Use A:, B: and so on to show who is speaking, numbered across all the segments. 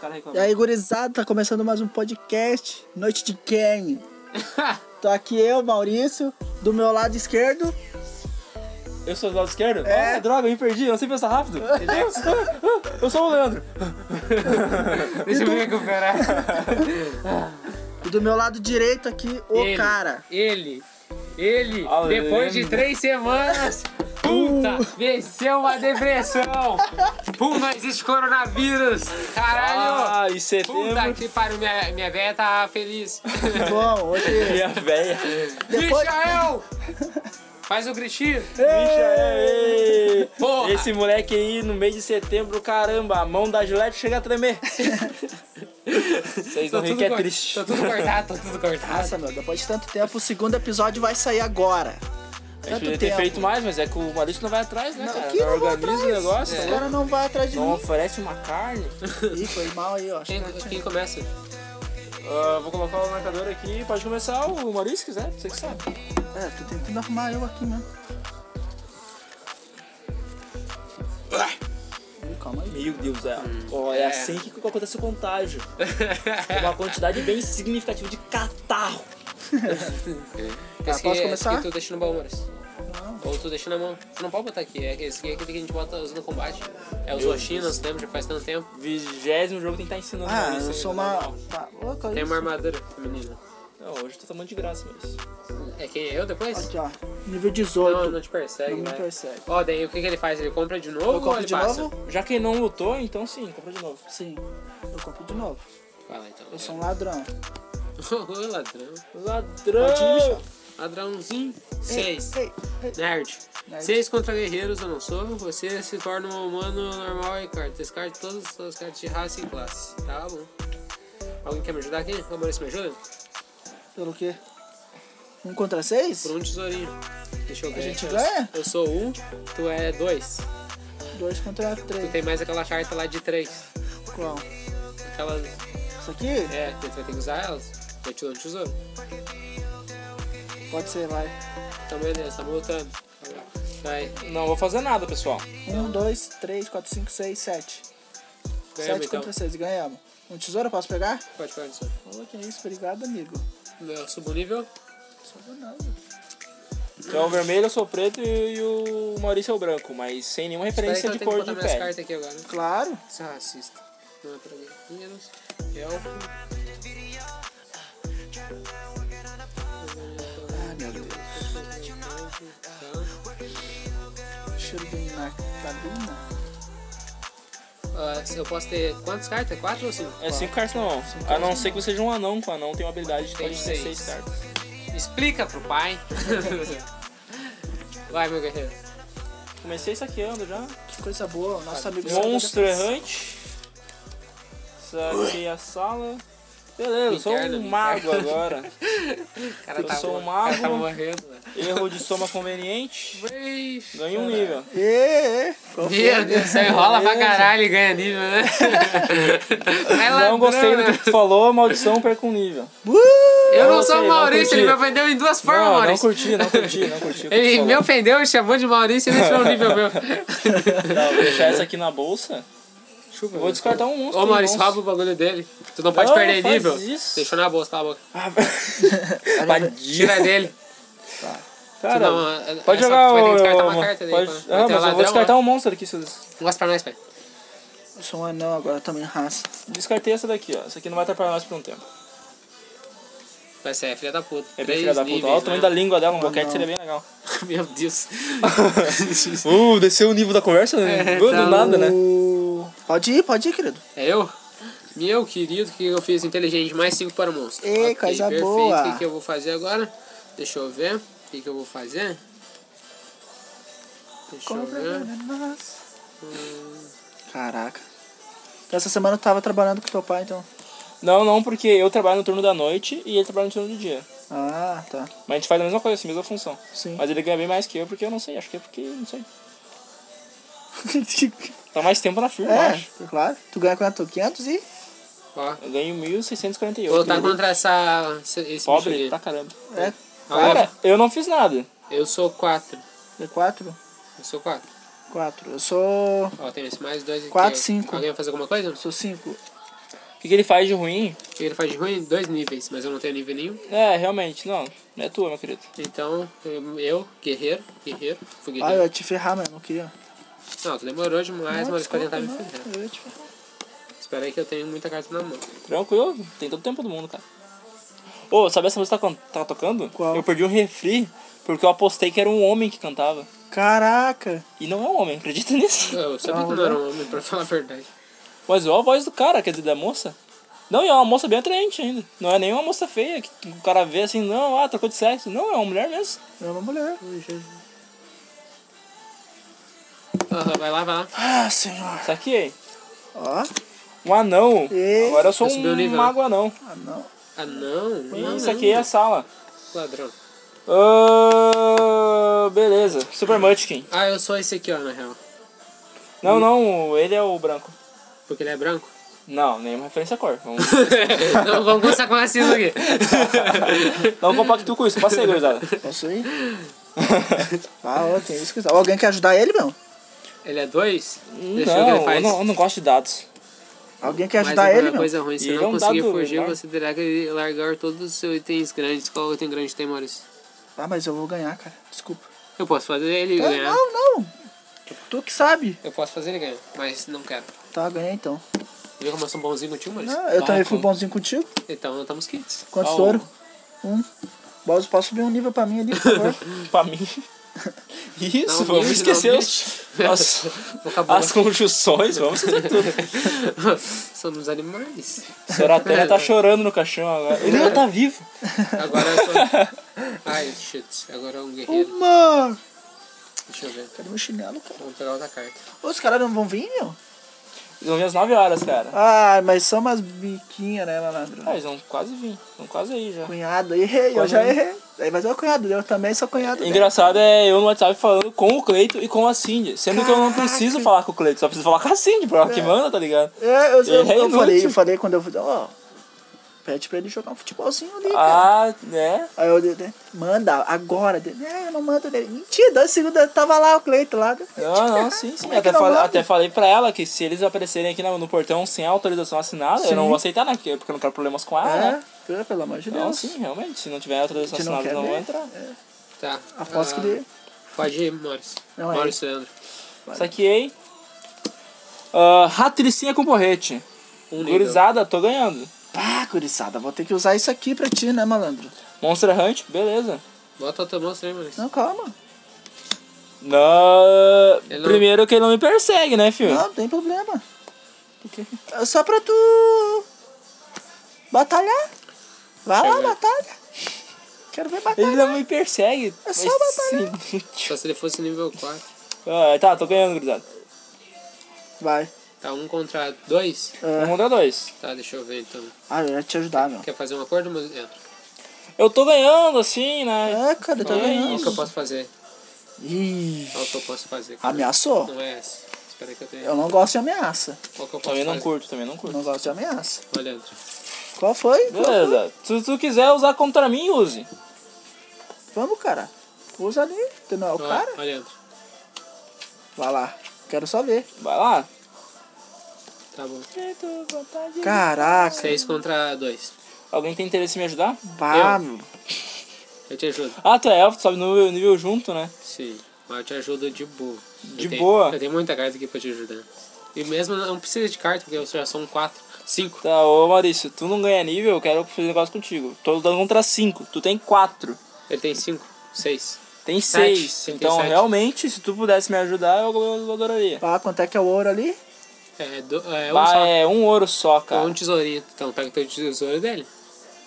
A: caras
B: E
A: reclamando.
B: aí, gurizada, tá começando mais um podcast, Noite de Game. Tô aqui eu, Maurício, do meu lado esquerdo.
A: Eu sou do lado esquerdo?
B: É.
A: Ah, droga, eu me perdi, eu não sei pensar rápido. Meu Deus. eu sou o Leandro. Deixa eu me
C: Então,
A: recuperar.
B: E do meu lado direito aqui, o
C: Ele.
B: cara.
C: Ele, ele,
A: Ah,
C: depois de
A: lembra.
C: três semanas, puta, venceu uma depressão. Pum, não existe coronavírus. Caralho.
A: Ah, em
C: puta
A: setembro.
C: que pariu, minha, minha véia tá feliz.
B: Bom, hoje.
A: Minha véia.
B: Depois-
C: Michael! Faz o gritinho.
A: Bicha, ei.
C: Porra.
A: Esse moleque aí, no mês de setembro, caramba, a mão da Juliette chega a tremer. Vocês não
C: Tô
A: veem
C: tudo,
A: que é
C: cor-
A: triste.
C: tô tudo cortado, tô tudo cortado.
B: Nossa, meu, depois de tanto tempo, o segundo episódio vai sair agora.
A: A gente
B: Tanto
A: podia ter
B: tempo.
A: feito mais, mas é que o Maurício não vai atrás, né,
B: Não,
A: cara?
B: que não vai
A: organiza
B: atrás.
A: o negócio.
C: É.
B: Esse
A: né?
B: cara não vai atrás de
A: Não
B: mim.
A: oferece uma carne.
B: Ih, foi mal aí, ó. Acho
C: Quem,
B: que não tinha-
C: quem começa?
A: Ah, vou colocar o marcador aqui. Pode começar o Maurício, se quiser. Você que sabe.
B: É, tô tentando arrumar eu aqui né? mesmo. Ih, Calma aí.
A: Meu Deus, é. Ó, é,
C: é.
A: assim que acontece o contágio. É Uma quantidade bem significativa de catarro.
C: Esse
B: posso
C: que,
B: começar?
C: Esse que tu deixa no baú, Maurício.
B: Não.
C: Ou tu deixa na mão. Tu não pode botar aqui. É, esse aqui é aquele que a gente bota usando combate. É os Oshinas, lembra? Já faz tanto tempo.
A: Vigésimo jogo tem que estar ensinando
B: Ah,
A: Maurício
B: eu
A: aí,
B: sou
A: né?
B: uma. Tá louca
C: é Tem
B: isso.
C: uma armadura feminina.
A: Não, É, hoje eu tô tomando de graça, Maurício.
C: É quem? Eu depois?
B: Aqui, ó. Nível
C: Não,
B: 18.
C: não te persegue,
B: Não me
C: né?
B: persegue.
C: Ó, daí o que, que ele faz? Ele compra de novo
B: Eu
C: ou
B: compro
C: ele
B: de
C: passa?
B: novo?
A: Já que não lutou, então sim, compra de novo.
B: Sim. Eu compro de novo.
C: Vai lá então.
B: Eu sou um ladrão.
C: Ô, ladrão.
A: Ladrão!
B: Pode ir, bicho.
C: Ladrãozinho. Seis.
B: Ei, ei.
C: Nerd.
B: É. Nerd.
C: Seis contra guerreiros eu não sou. Você se torna um humano normal e carta. Descarte todas as suas cartas de raça e classe. Tá bom. Alguém quer me ajudar aqui? Ô, Maurício, me ajuda?
B: Pelo quê? Um contra seis?
C: Por um tesourinho. Deixa eu ver.
B: gente
C: Eu-
B: ganha?
C: Eu sou um, tu é dois.
B: Dois contra
C: Tu
B: três.
C: tem mais aquela carta lá de três.
B: Qual?
C: Aquelas.
B: Isso aqui?
C: É, tu vai ter que usar elas. Eu te dou um tesouro.
B: Pode ser, vai.
C: Então beleza, tá voltando. Vai,
A: Não vou fazer nada, pessoal.
B: Um, dois, três, quatro, cinco, seis, sete.
C: ganhamos
B: sete
C: então.
B: contra seis, ganhamos. Um tesouro, eu posso pegar?
C: Pode pegar isso.
B: Falou que é isso, obrigado, amigo.
C: Eu subo o nível.
B: Só um. por nada.
A: Então o vermelho eu sou o preto e, e o Maurício é o branco, mas sem nenhuma
C: Peraí
A: referência
C: que eu
A: de
C: tenho que
A: cor
C: botar
A: de
C: minhas
A: pele.
C: cartas aqui agora.
B: Claro.
C: Isso é racista. Não é pra mim. Menos. Elfo.
B: Ah, meu Deus. Cheiro de naftalina.
C: Ah, se eu posso ter quantas cartas? Quatro ou cinco?
A: É cinco cartas na mão. A não ser que você seja um anão, com anão tem uma habilidade de
C: Tem
A: ter seis.
C: seis.
A: cartas.
C: Explica pro pai. Vai, meu guerreiro.
A: Comecei saqueando já.
B: Que coisa boa, nosso amigo
C: é
A: Monstro
B: sabe da-
A: errante. Saquei a sala. Beleza, eu sou
C: Interno,
A: um
C: me
A: mago
C: interno.
A: agora.
C: O cara
A: Eu
C: tá,
A: sou um
C: o cara tá
A: mago.
C: morrendo, velho.
A: Erro de soma conveniente.
C: Vixe.
A: Ganhei um nível.
B: Ê, ê,
C: Meu Deus, você enrola pra caralho e ganha nível, né? Vai né? lá,
A: Não gostei
C: Bruno.
A: do que tu falou, maldição, perco um nível.
B: Uh!
C: Eu
A: Não
C: não, sou
A: gostei,
C: o
A: não
C: Maurício, ele me
A: curti.
C: ofendeu em duas formas,
A: Não, não
C: Maurício.
A: curti, não curti, não curti. o que tu
C: Ele
A: falou.
C: me ofendeu, chamou de Maurício e me tirou o nível meu.
A: Tá, vou deixar essa aqui na bolsa.
C: Chupa.
A: Eu vou descartar um monstro.
C: Ô Maurício,
A: um monstro.
C: rouba o bagulho dele. Tu não pode
A: Não,
C: perder
A: faz
C: nível.
A: isso.
C: Deixou na bolsa, cala a boca.
A: Ah,
C: Tira
A: Bandido.
C: dele.
A: Cara,
C: Tu não,
A: pode
C: essa-
A: jogar
C: tu vai
A: o...
C: ter que descartar uma carta daí,
A: pode...
C: pô. Vai
A: Ah,
C: ter
A: mas eu
C: ladrão,
A: vou descartar
C: ó.
A: um monstro aqui. se eu des-
C: Mostra pra nós, pai.
B: Eu sou um anão agora também, raça.
A: Descartei essa daqui, ó. Essa aqui não vai atrapalhar nós por um tempo.
C: Vai ser filha da puta.
A: É bem
C: Três
A: filha da puta.
C: níveis,
A: Olha o tamanho da
C: né?
A: língua dela, um
B: Não,
A: boquete
B: não.
A: seria bem legal.
C: Meu Deus.
A: Uh, desceu o nível da conversa?
C: É,
A: né?
C: tá
A: Do nada, né?
B: O- Pode ir, pode ir, querido.
C: É eu? Meu querido, o que eu fiz inteligente? Mais 5 para o monstro.
B: Ê, coisa
C: perfeito.
B: boa.
C: O que, que eu vou fazer agora? Deixa eu ver. O que, que eu vou fazer? Deixa eu ver.
B: Hum, Caraca. Então, Essa semana eu tava trabalhando com teu pai, então.
A: Não, não, porque eu trabalho no turno da noite e ele trabalha no turno do dia.
B: Ah, tá.
A: Mas a gente faz a mesma coisa, assim, mesma função.
B: Sim.
A: Mas ele ganha bem mais que eu porque eu não sei, acho que é porque, não sei. Tá mais tempo na firma, eu acho.
B: é, claro. Tu ganha quanto? 500 e.
C: Ó,
A: Eu ganho 1.648.
C: vou lutar
A: né?
C: contra essa, esse bicho
A: Pobre
C: aqui.
A: pra caramba.
B: É,
C: Agora,
A: Cara, eu não fiz nada.
C: eu sou 4.
B: é 4?
C: Eu sou 4.
B: 4. Eu sou.
C: Ó, tem esse mais dois aqui.
B: Quatro,
C: ó.
B: cinco.
C: Alguém vai fazer alguma coisa?
B: Sou 5.
A: que, que ele faz de ruim?
C: O que ele faz de ruim? Dois níveis, mas eu não tenho nível nenhum.
A: É, realmente, não. Não é tua, meu querido.
C: Então, eu, eu, guerreiro, guerreiro,
B: Ah,
C: fui
B: eu
C: guerreiro.
B: ia te ferrar, mano. Não queria.
C: Não, tu demorou demais,
B: Não,
C: mas pra
B: desculpa,
C: tentar tá me
B: não,
C: ferrar.
B: eu ia te ferrar.
C: Espera aí que eu tenho muita carta na mão.
A: Tranquilo, tem todo o tempo do mundo, cara. Ô, sabe essa música que tá, con- tá tocando?
B: Qual?
A: Eu perdi um refri porque eu apostei que era um homem que cantava.
B: Caraca.
A: E não é um homem, acredita nisso?
C: Eu sabia que não era um homem, pra falar a verdade.
A: Mas é a voz do cara, quer dizer, da moça. Não, e é uma moça bem atraente ainda. Não é nenhuma moça feia que que o cara vê assim, não, ah, trocou de sexo. Não, é uma mulher mesmo.
B: É uma mulher.
C: Aham, vai lá, vai lá.
B: Ah, senhor.
A: Saquei.
B: Ó.
A: é Um anão.
B: Ei.
A: Agora eu sou
C: Já subiu o
A: um
C: nível,
A: mago anão.
B: Ah, não.
C: Ah, não. não,
A: Ih, saquei é a sala.
C: Ladrão.
A: Ah, beleza. Super Munchkin.
C: Ah, eu sou esse aqui, ó, na real.
A: Não, não, ele é o branco.
C: Porque ele é branco.
A: Não, nenhuma referência à cor. Vamos...
C: não, vamos começar com racismo aqui.
A: não compacto com isso. Passa aí, gurizada.
B: Posso ir? Ah, ó, tem isso que... Alguém quer ajudar ele, meu?
C: Ele é dois? Deixa eu ver o que ele
A: Não, eu
C: faz.
A: não, eu não gosto de dados.
B: Alguém quer
C: Mais
B: ajudar ele,
C: alguma
B: meu?
C: coisa ruim, se
A: E
C: eu
A: ele é
C: não
A: um
C: conseguir
A: dado
C: fugir,
A: enorme.
C: você terá que largar todos os seus itens grandes. Qual item grande tem, Maurício?
B: Ah, mas eu vou ganhar, cara. Desculpa.
C: Eu posso fazer ele
B: Ah,
A: Né?
C: ganhar.
B: não, não. Tu que sabe.
C: Eu posso fazer ele ganhar, mas não quero.
B: Tá, ganhei então.
C: Viu como eu sou bonzinho contigo, Maurício?
B: Ah, eu
A: Tá,
B: também fui
A: com-
B: bonzinho contigo.
C: Então estamos kits.
B: Quantos
A: Ó,
B: foram? Um. Bozo, posso subir um nível pra mim ali, por favor?
A: Pra mim. Isso,
C: Não,
A: vamos
C: bicho,
A: esquecer
C: não,
A: os, as,
C: Acabou.
A: as conjunções, vamos esquecer tudo.
C: Somos animais.
A: A senhora Terra tá chorando no caixão agora. Ele não tá vivo.
C: Agora eu sou. Ai, shit. Agora é um guerreiro.
B: Uma!
C: Deixa eu ver.
B: Cadê meu chinelo, cara?
C: Vamos pegar outra carta.
B: Ô, Os caras não vão vir, meu?
A: Eles vão vir às 9 horas, cara.
B: Ah, mas são umas biquinhas, né, malandro?
A: Ah, eles vão quase vir. Estão quase aí já.
B: Cunhado, errei, eu
A: Quase
B: já
A: não.
B: errei. Aí, Mas é o cunhado, eu também sou cunhado. né? dela.
A: Engraçado é eu no WhatsApp falando com o Cleito e com a Cindy. Sendo que eu não
B: Caraca.
A: preciso falar com o Cleito, só preciso falar com a Cindy, pra ela que manda, tá ligado?
B: É, eu, eu,
A: Errei
B: eu
A: muito.
B: falei, eu falei quando eu fui. Ó, pede pra ele jogar um futebolzinho ali, cara.
A: Ah, né?
B: Aí eu né, manda agora. Dele, É, eu não mando nele. Mentira, dois segundos tava lá o Cleito lá. né?
A: Não, Ah, não, sim, sim.
B: Como é que
A: Até,
B: não
A: falei,
B: manda?
A: até falei pra ela que se eles aparecerem aqui no, no portão sem autorização assinada, eu não vou aceitar, né? Porque porque eu não quero problemas com ela, né?
B: É, é, pelo amor de
A: Então,
B: Deus.
A: sim, realmente, se não tiver autorização
B: gente não
A: assinada,
B: quer
A: eu não vou
B: ver.
A: entrar.
C: Tá.
B: Aposto
C: Ah,
B: que ele.
C: Pode ir, Maurício.
B: Não, é
C: Maurício Leandro.
A: Saquei. Ah, Ratricinha com porrete.
C: Um nível.
A: Gurizada, tô ganhando.
B: Pá, curiçada, vou ter que usar isso aqui pra ti, né, malandro?
A: Monster Hunt, beleza.
C: Bota outra monstra aí, Maurício.
B: Não, calma.
A: Na...
C: Ele não-
A: Primeiro que ele não me persegue, né, filho?
B: Não, não tem problema. É só pra tu. batalhar. Vai
C: Deixa
B: lá,
C: eu ver.
B: batalha. Quero ver
A: Ele
B: batalha.
A: não me persegue.
B: É só
A: mas sim.
C: Só se ele fosse nível 4.
A: Ah, tá, tô ganhando, gurizada.
B: Vai.
C: Tá, um contra dois.
B: É.
A: Um contra dois.
C: Tá, deixa eu ver então.
B: Ah, eu ia te ajudar, meu.
C: Quer fazer um acordo, Maurício? Leandro?
A: Eu tô ganhando, assim, né?
B: É, cara, tá
A: Ah,
C: Olha o que eu
B: ganhando.
C: posso fazer.
B: Ih,
C: Olha o que eu posso fazer.
B: ameaçou?
C: Não é essa. Espera aí que eu tenho.
B: Eu não gosto de ameaça.
C: Qual que eu posso
A: Também não
C: fazer?
A: curto, também não curto.
B: Não gosto de ameaça.
C: Ô, Leandro.
B: Qual foi? Qual foi?
A: Beleza. Se tu quiser usar contra mim, use.
B: Vamos, cara. Usa ali. Tu não é o
C: Ó,
B: cara?
C: ó, Leandro.
B: Vai lá. Quero só ver.
A: Vai lá.
C: Tá bom.
B: Caraca.
C: 6 contra 2.
A: Alguém tem interesse em me ajudar?
B: Bah, meu.
C: Eu te ajudo.
A: Ah, tu é elfo, tu sobe no nível junto, né?
C: Sim. Mas eu te ajudo de boa. Eu
A: De
C: tenho-
A: boa?
C: Eu tenho muita carta aqui pra te ajudar. E mesmo não precisa de carta, porque eu já são 4, 5.
A: Tá, ô Maurício, tu não ganha nível, eu quero fazer um negócio contigo. Tô lutando contra 5, tu tem 4,
C: Ele tem 5, 6.
A: tem
C: Sete,
A: 6.
C: tem
A: Então,
C: sete.
A: realmente, se tu pudesse me ajudar, eu, eu adoraria.
B: Pá, quanto é que é o ouro ali?
C: É, do, é um
A: Bah,
C: só.
A: é um ouro só,
C: É um
A: cara.
C: tesourinho. Então pega o teu tesouro dele.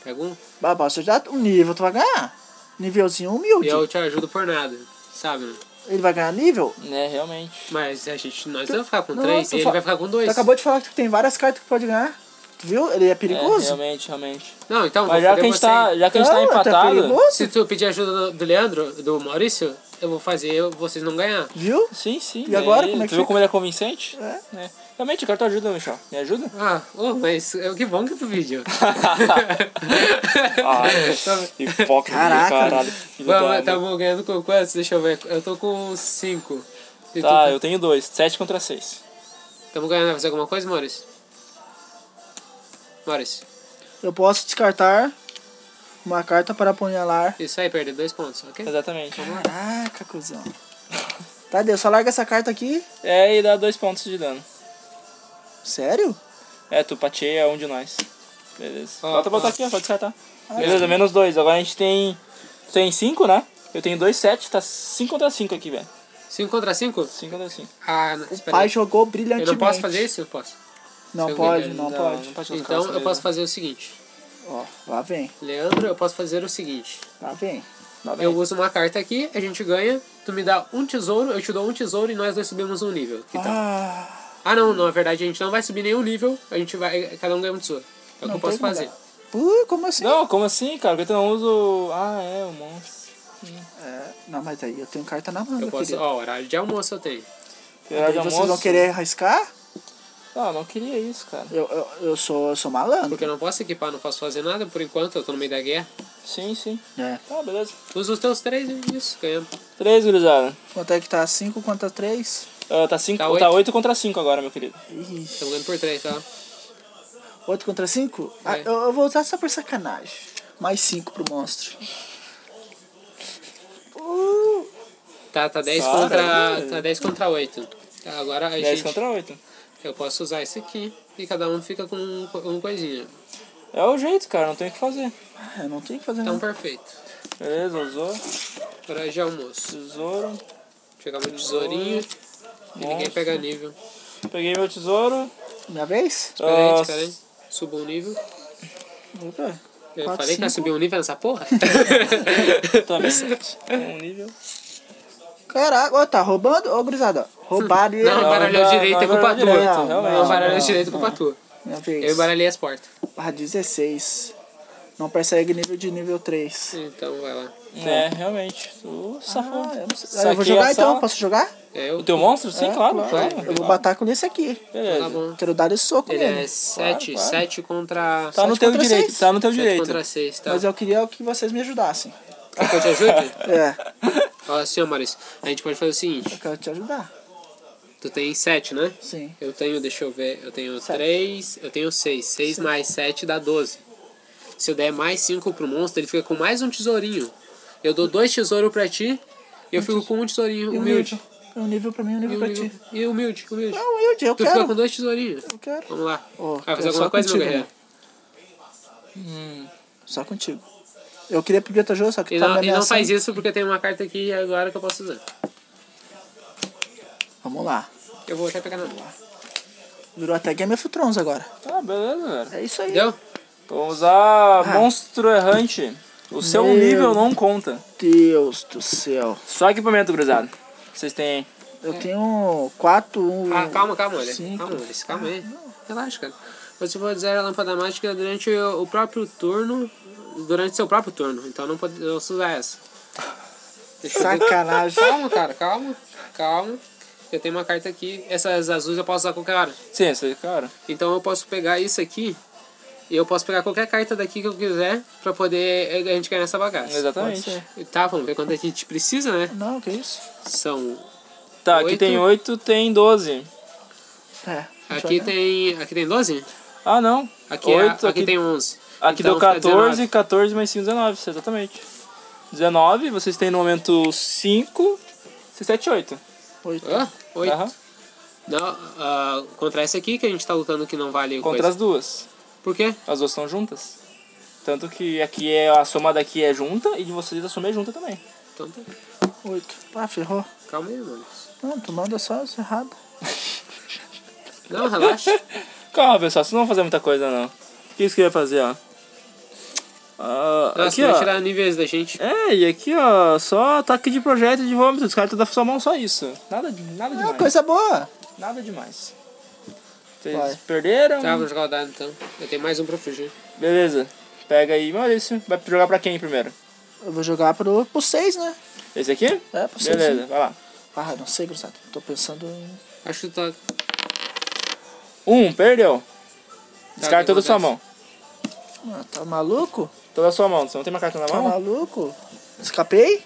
C: Pega um.
B: Bah, posso já um nível tu vai ganhar. Nívelzinho
C: E
B: humilde.
C: eu te ajudo por nada. Sabe? né?
B: Ele vai ganhar nível?
A: Né, realmente.
C: Mas a gente, nós vamos ficar com
B: Não,
C: 3
B: tu
C: ele
B: fa-
C: vai ficar com
B: Tu
C: 2.
A: tá
B: acabou de falar que tu tem várias cartas que pode ganhar. Tu viu? Ele é
A: É,
B: perigoso.
A: realmente, realmente.
C: Não, então, vou
A: Mas já que a
C: fazer
A: gente
C: você.
A: tá, já que a gente tá
B: Não, até
A: empatado.
B: perigoso.
C: Se tu pedir ajuda do, do Leandro, do Maurício, eu vou fazer eu- vocês não ganhar.
B: Viu?
A: Sim, sim.
B: E agora, como é que
A: Tu viu
B: fica?
A: como ele é convincente?
B: É.
A: É. Realmente, eu quero tua ajuda, Michel. Me ajuda?
C: Ah, oh, mas é, que bom que tu pediu.
A: Ah, hipócrita do
B: Caraca.
A: caralho. filho da
C: Vamos,
A: mãe.
C: tá bom, ganhando com quantos? Deixa eu ver. Eu tô com 5.
A: Tá, eu tenho dois. 7 contra 6.
C: Tá Tamo ganhando. Vai fazer alguma coisa, Maurício? Maurício.
B: Eu posso descartar uma carta para apunhalar.
C: Isso aí, perdeu dois pontos, ok?
A: Exatamente.
B: Caraca, cuzão. Tá, Deus, só larga essa carta aqui.
A: É, e dá dois pontos de dano.
B: Sério?
A: É, tu pateia um de nós. Beleza.
C: Ó,
A: Bota botar
C: ó.
A: aqui, ó, pode descartar. Beleza, menos dois. Agora a gente tem. Tu tem cinco, né? Eu tenho dois, sete. Tá cinco contra cinco aqui, velho.
C: 5 contra 5?
A: Cinco contra cinco.
C: Ah, não,
B: O
C: espera
B: pai
C: aí.
B: jogou
C: Eu
B: brilhantemente.
C: não posso fazer isso? Eu posso.
B: Não
C: Seu
B: pode,
C: Guilherme,
B: não,
A: não,
B: pode.
A: não pode. colocar
C: Então
A: essa
C: eu
A: mesa.
C: posso fazer o seguinte.
B: Ó, lá vem,
C: Leandro, eu posso fazer o seguinte.
B: lá vem.
A: Dá bem.
C: Eu uso uma carta aqui, a gente ganha. Tu me dá um tesouro, eu te dou um tesouro e nós dois subimos um nível. Que tal?
B: Ah,
C: Ah, não, não, na verdade a gente não vai subir nenhum nível, a gente vai. Cada um ganha um tesouro. É o que
B: Não
C: eu posso
B: tem como
C: fazer.
B: dar. pô, como assim?
A: Não, como assim, cara? Porque tu não usa. o- Ah, é, o monstro.
B: É, não, mas aí eu tenho carta na mão,
C: Eu
B: meu
C: posso.
B: querido.
C: Ó, horário de almoço eu tenho.
A: Horário de
B: Ah, Daí vocês
A: almoço.
B: vão querer arriscar?
A: Ah, Não, não queria isso, cara.
B: Eu, eu, eu sou, eu sou malandro.
C: Porque eu não posso equipar, não posso fazer nada por enquanto, eu tô no meio da guerra.
A: Sim, sim.
B: É.
A: Tá, beleza.
C: Usa os teus três e isso, ganhamos.
A: Três, gurizada.
B: Quanto é que tá? 5 contra 3?
A: Ah, tá, cinco,
C: Tá
A: tá,
C: oito.
A: oito. contra cinco agora, meu querido.
C: Estamos ganhando por três, tá?
B: 8 contra 5? Ah,
C: É.
B: eu, eu vou usar só por sacanagem. Mais 5 pro monstro. Uh,
C: Tá, tá 10
A: Para,
C: contra.
A: velho.
C: Tá 10 contra 8. Tá, agora a
A: Dez
C: gente.
A: contra oito.
C: Eu posso usar esse aqui e cada um fica com um, co- um coisinha.
A: É o jeito, cara. Não tem o que fazer.
B: ah, eu não tenho que fazer
C: Então
B: nada.
C: perfeito.
A: Beleza, usou.
C: Horário de almoço.
A: Tesouro.
C: Pegar meu tesourinho e ninguém
A: Monstro.
C: pega nível.
A: Peguei meu tesouro.
B: Minha vez?
C: Espera aí,
A: Ah,
C: espera aí. Suba um nível.
B: Opa.
C: Eu
B: Quatro,
C: falei que
B: cinco.
C: ia subir um nível nessa porra?
A: Também. Um nível.
B: Caraca, ó, tá roubando? Ô, gurizada, roubaram ele.
C: Não, baralhou
A: não,
C: direito, é
A: não,
C: culpa
A: não, não,
C: tua.
A: não,
C: Não, baralhou
B: não,
C: direito, é culpa tua.
B: Minha vez.
C: Eu baralhei as portas.
B: Ah, 16. Não persegue nível de nível 3.
C: Então vai lá.
A: É, realmente. Tu safou.
B: Ah, eu, não sei. Ah, eu
A: Saquei
B: vou jogar
A: a
B: então,
A: sala.
B: posso jogar?
C: É eu.
A: O teu monstro? Sim,
B: É,
A: claro,
B: claro.
A: claro.
B: Eu vou bater com esse aqui.
C: Tá
A: Beleza.
C: bom.
B: Quero dar esse soco
C: Ele
B: nele.
C: é 7,
A: claro.
C: 7 contra.
A: Tá no
B: Sete
A: teu
B: contra
A: direito,
B: seis.
A: tá no teu
C: sete
A: direito.
C: contra 6, tá?
B: Mas eu queria que vocês me ajudassem.
C: Quer que eu te ajude?
B: É,
C: Ó, assim, ó, Maurício, a gente pode fazer o seguinte:
B: eu quero te ajudar.
C: tu tem 7, né?
B: Sim.
C: Eu tenho, deixa eu ver, eu tenho
B: Sete.
C: 3, eu tenho 6. 6 mais 7 dá 12. Se eu der mais 5 pro monstro, ele fica com mais um tesourinho. Eu dou dois tesouros pra ti e eu fico com um tesourinho
B: E um
C: humilde.
B: nível. Um nível pra mim, um
C: E
B: nível pra
C: humilde,
B: ti.
C: e humilde, humilde.
B: Não, humilde, eu
C: Tu
B: quero.
C: fica com dois tesourinhos.
B: Eu quero.
C: Vamos lá.
B: Ó,
C: Vai fazer
B: é só
C: alguma coisa, meu
B: contigo,
C: guerreiro?
B: Só contigo. Eu queria pedir outra ajuda, só que
C: E
B: tá me
C: não, e não
B: ameaçando.
C: faz isso porque tem uma carta aqui agora que eu posso usar.
B: Vamos lá.
C: Eu vou até pegar na mão.
B: Virou até Game of Thrones agora.
A: Tá, beleza, velho.
B: É isso aí.
C: Deu?
A: Vamos usar
B: Ah.
A: monstro errante. O seu
B: Meu.
A: nível não conta.
B: Deus do céu.
A: Só equipamento, cruzado. Vocês têm.
B: Eu tenho 4, 1.
C: É. Ah, calma, calma, olha.
B: Cinco.
C: Calma, Maurício, calma aí. Ah, Relaxa, cara. Você pode usar a lâmpada mágica durante o o próprio turno. Durante seu próprio turno. Então não pode não se usar essa. Deixa eu ver.
B: Sacanagem.
C: Calma, cara, calma. Calma. Eu tenho uma carta aqui. Essas azuis eu posso usar qualquer hora.
A: Sim, esse cara.
C: Então eu posso pegar isso aqui. E eu posso pegar qualquer carta daqui que eu quiser pra poder eh, a gente ganhar essa bagaça.
A: Exatamente.
B: Pode
C: Tá, vamos ver quanto a gente precisa, né?
B: Não, que isso?
C: São
A: Tá,
C: Oito.
A: aqui tem 8, tem 12.
B: É. a gente
C: Aqui
B: vai-
C: tem. Aqui tem 12?
A: Ah, não.
C: Aqui, é-
A: Oito,
C: aqui, tem 11.
A: Aqui
C: Então
A: deu
C: fica
A: 14,
C: 19.
A: 14 mais 5, 19, isso, exatamente. 19, vocês têm no momento 5, 6, 7, 8.
B: Oito.
C: Hã? Oito.
A: Aham.
C: Não, ah, contra essa aqui que a gente tá lutando que não vale
A: Contra
C: coisa.
A: as duas.
C: Por quê?
A: As duas são juntas. Tanto que aqui é a soma daqui é junta e de vocês a soma é junta também.
C: Então tá.
B: Oito. Ah, ferrou.
C: Calma aí, mano.
B: Não, tu manda só isso errado.
C: Não, relaxa.
A: Calma, pessoal, vocês não vão fazer muita coisa não. O que isso que eu ia fazer, ó? Ah,
C: Nossa,
A: aqui,
C: vai
A: ó.
C: tirar níveis da gente.
A: É, e aqui, ó, só ataque de projeto de vômito. Os caras estão da sua mão só isso. Nada, nada
B: É
A: demais.
B: uma coisa boa.
A: Nada demais. Vocês
B: Vai.
A: perderam.
C: Tá, vou jogar o dado então. Eu tenho mais um pra fugir.
A: Beleza. Pega aí, Maurício. Vai jogar pra quem primeiro?
B: Eu vou jogar pro, pro seis, né?
A: Esse aqui?
B: É, pro seis.
A: Beleza,
B: né?
A: vai lá.
B: Ah, não sei, cruzado. Tô pensando em.
C: Acho que tá. tá,
A: Um, perdeu.
C: o
A: Descarta
C: que
A: toda a sua
C: acontece?
A: mão.
B: Ah, tá maluco?
A: Toda a sua mão. Você não tem uma carta na
B: Tá
A: mão?
B: maluco? Escapei?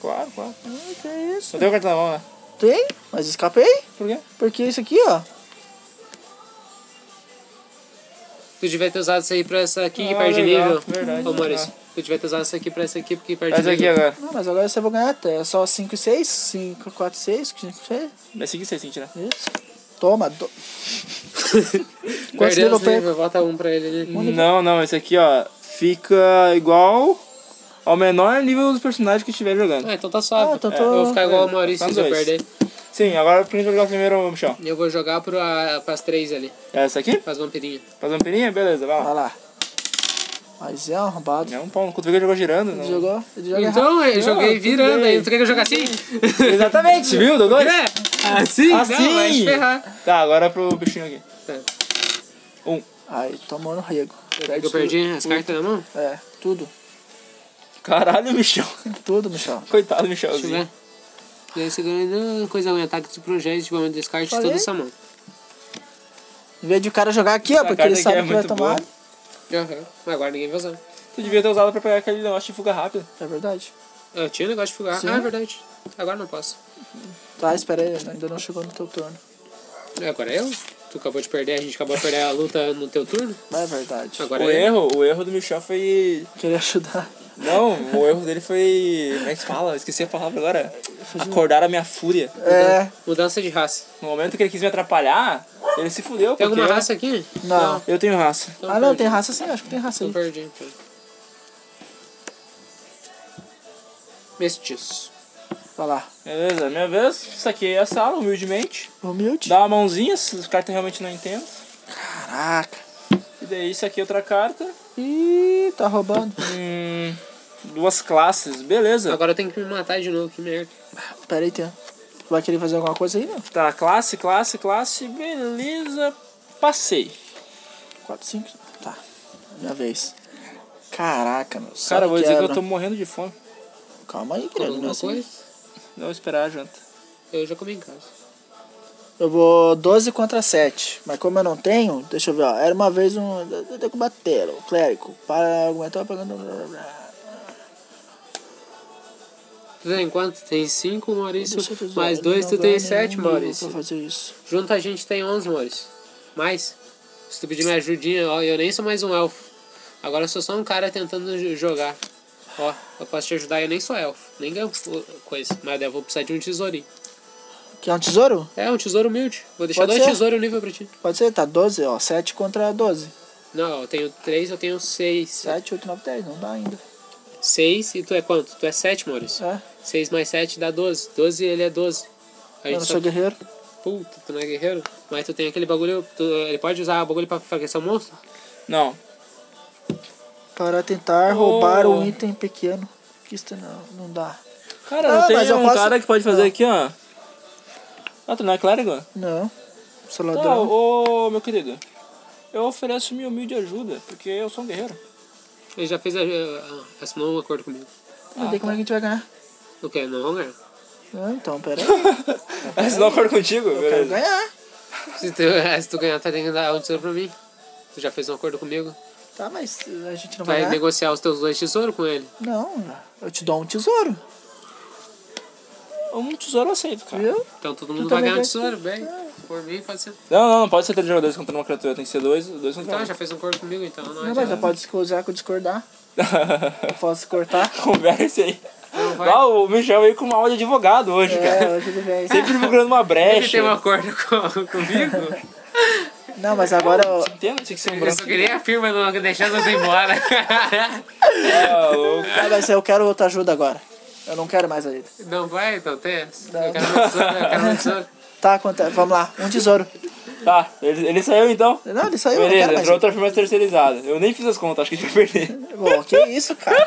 A: Claro, claro.
B: Ah, que isso?
A: Não tem uma carta na mão, né?
B: Tem, mas escapei?
A: Por quê?
B: Porque isso aqui, ó.
C: Tu devia ter usado isso aí pra essa aqui que
A: Ah,
C: perde
A: legal,
C: nível.
A: verdade,
C: Ô, Maurício,
A: legal.
C: tu devia ter usado isso aqui pra essa aqui porque perde
A: Faz aqui
C: nível.
A: agora.
B: Não, Ah, mas agora você vai ganhar até. É só 5 e 6, 5, 4, 6, 5 e 6.
A: Vai seguir sem sentir, né?
B: Isso. Toma. Do... Quantos
C: Perdeu
B: nível eu
C: os
B: perco?
C: níveis, volta um pra ele ali.
A: Não, não, esse aqui, ó, fica igual ao menor nível dos personagens que estiver jogando.
C: Ah, então tá suave.
B: Ah, então
C: É,
B: tô-
C: Eu vou ficar igual o
A: é,
C: Maurício
A: tá
C: se eu
A: dois.
C: perder.
A: Sim, agora pra gente jogar primeiro, Michel.
C: Eu vou jogar pro, a, pras três ali,
A: Essa aqui?
C: pras vampirinhas.
A: Faz uma pirinha? Beleza, vai lá.
B: Vai lá. Mas é um arrombado.
A: É um pau no cotovelo que jogou girando. Não.
B: Ele jogou, ele joga errado.
C: Então, eu joguei
A: tudo
C: virando
A: bem.
C: aí. Tu quer que eu jogue assim?
A: Exatamente, viu, Douglas?
C: É? Assim? Não, vai te
A: Assim.
C: ferrar.
A: Tá, agora pro bichinho aqui.
C: Tá.
A: Um.
B: Aí, tomou no rego.
C: Eu perdi as cartas na mão?
B: É, tudo.
A: Caralho, Michel.
B: Tudo, Michel.
A: Coitado,
C: Deixa eu
A: Michelzinho.
C: ver. Daí você ganha coisa ruim, ataque de projétil, tipo, descarte de toda
B: Falei.
C: essa mão.
B: Em vez de o cara jogar aqui, ó,
A: Essa
B: porque
A: carta
B: ele
A: aqui
B: sabe
A: é
B: que vai
A: muito
B: tomar.
A: boa.
C: Aham. Mas agora ninguém vai usar.
A: Tu devia ter usado pra pegar aquele negócio de fuga rápida.
B: É verdade.
C: Eu tinha um negócio de fugar.
B: Sim.
C: Ah, é verdade. Agora não posso.
B: Tá, espera aí, ainda não chegou no teu turno.
C: É, Agora eu? Tu acabou de perder, a gente acabou de perder a luta no teu turno.
B: Não é verdade.
C: Agora
A: o
C: eu.
A: erro, o erro do Michel foi...
B: Queria ajudar.
A: Não, o erro dele foi... Como é que se fala? Eu Esqueci a palavra agora. Acordar a minha fúria.
B: É,
C: Mudança de raça.
A: No momento que ele quis me atrapalhar, ele se fudeu.
C: Tem alguma
A: porque eu-
C: raça aqui?
B: não.
A: Eu tenho raça.
C: Então
B: Ah, não,
C: perdi.
B: tem raça sim, acho que tem raça
C: Então
B: aí.
C: perdi, então. Mestiço.
B: Vai lá.
A: Beleza, minha vez. Isso aqui é a sala, humildemente.
B: Humilde.
A: Dá uma mãozinha, se as cartas realmente não entendem.
B: Caraca.
A: E daí isso aqui é outra carta.
B: Ih, tá roubando.
A: Hum, duas classes, beleza.
C: Agora eu tenho que me matar de novo, que merda.
B: Pera aí, tem. Vai querer fazer alguma coisa aí, não?
A: Tá, classe, classe, classe, beleza. Passei.
B: 4, 5. Tá. Minha vez. Caraca, meu. só
A: Cara, vou dizer que eu
B: quebra.
A: tô morrendo de fome.
B: Calma aí,
C: Tem
B: querido. não é
C: alguma
B: assim.
C: coisa?
A: Não vou esperar a janta.
C: Eu já comi em casa.
B: Eu vou 12 contra 7. Mas como eu não tenho, deixa eu ver, ó. Era uma vez um. Eu tenho que bater, o clérigo. Para argumentar pagando.
C: Tu tem quanto? Tem 5, Maurício.
B: Deixa eu ver,
C: Mais
B: ó,
C: 2,
B: não
C: tu
B: dá
C: tem
B: nenhum
C: 7,
B: nível
C: Maurício.
B: Pra fazer isso.
C: Junto a gente tem 11, Maurício. Mais. Se tu pedir minha ajudinha, ó, eu nem sou mais um elfo. Agora eu sou só um cara tentando jo- jogar. Ó, eu posso te ajudar, eu nem sou elfo. Nem ganho co- coisa. Mas eu vou precisar de um tesourinho.
B: Quer um tesouro?
C: É, um tesouro humilde. Vou deixar
B: Pode
C: dois
B: ser.
C: tesouros nível pra ti.
B: Pode ser, tá 12, ó. 7 contra 12.
C: Não, eu tenho 3, eu tenho 6.
B: 7, 8, 9, 10. Não dá ainda.
C: 6 e tu é quanto? Tu é 7, Maurício.
B: É.
C: 6 mais 7 dá 12. 12 ele é 12. A
B: Eu
C: gente
B: não
C: só
B: sou guerreiro.
C: Puta, tu não é guerreiro? Mas tu tem aquele bagulho. tu- ele pode usar o bagulho pra enfraquecer o monstro?
A: Não.
B: Para tentar
A: Oh.
B: roubar um item pequeno. Que isso não, não dá.
A: Cara,
B: Ah,
A: não tem
B: mas eu
A: um
B: posso-
A: cara que pode fazer
B: Não.
A: aqui, ó. Ah, tu não é clérigo?
B: Não. Sou
A: Tá,
B: ladrão.
A: ô meu querido. Eu ofereço minha humilde ajuda, porque eu sou um guerreiro.
C: Ele já fez. a- a- assinou um acordo comigo.
B: Mas daí como é que a gente vai ganhar?
C: O quê? Não vão ganhar.
B: Não, então, pera aí.
A: Mas não acordo contigo?
B: Eu quero
A: Beleza.
B: ganhar.
C: Se tu, se tu ganhar, tu tem que dar um tesouro pra mim. Tu já fez um acordo comigo.
B: Tá, mas a gente não
C: Tu vai
B: vai ganhar.
C: negociar os teus dois tesouros com ele.
B: Não, eu te dou um tesouro,
A: Um tesouro eu aceito, cara.
B: viu?
C: Então todo mundo vai
B: também
C: ganhar
B: vai-
C: um tesouro, bem. Por mim, pode ser.
A: Não, não, não pode ser três jogadores contra uma criatura, tem que ser dois, dois contra
C: Então
A: um.
C: já fez um acordo comigo, então. Não,
B: Não,
C: adianta.
B: mas eu posso usar com discordar. Eu posso cortar.
A: Conversa aí.
C: Não vai.
A: Ah, o Michel veio com uma aula de advogado hoje,
B: É,
A: cara.
B: hoje ele vem.
A: Sempre procurando uma
C: Ele
A: brecha.
C: tem um acordo com, comigo?
B: Não, mas agora eu...
A: Entendo, tinha que ser um
C: Eu só
A: braço.
C: queria a firma não deixar nós ir embora.
A: Ah, o-
B: Ah, mas eu quero outra ajuda agora. Eu não quero mais ajuda.
C: Não vai, então, Tess?
B: Não.
C: Eu quero um tesouro, eu quero um tesouro.
B: Tá, quanto... vamos lá. Um tesouro.
A: Tá, ele, ele saiu então.
B: Não, tá, ele saiu, eu não
A: Beleza,
B: quero mais.
A: entrou outra firma terceirizada. Eu nem fiz as contas, acho que a gente vai perder.
B: Pô, que isso, cara.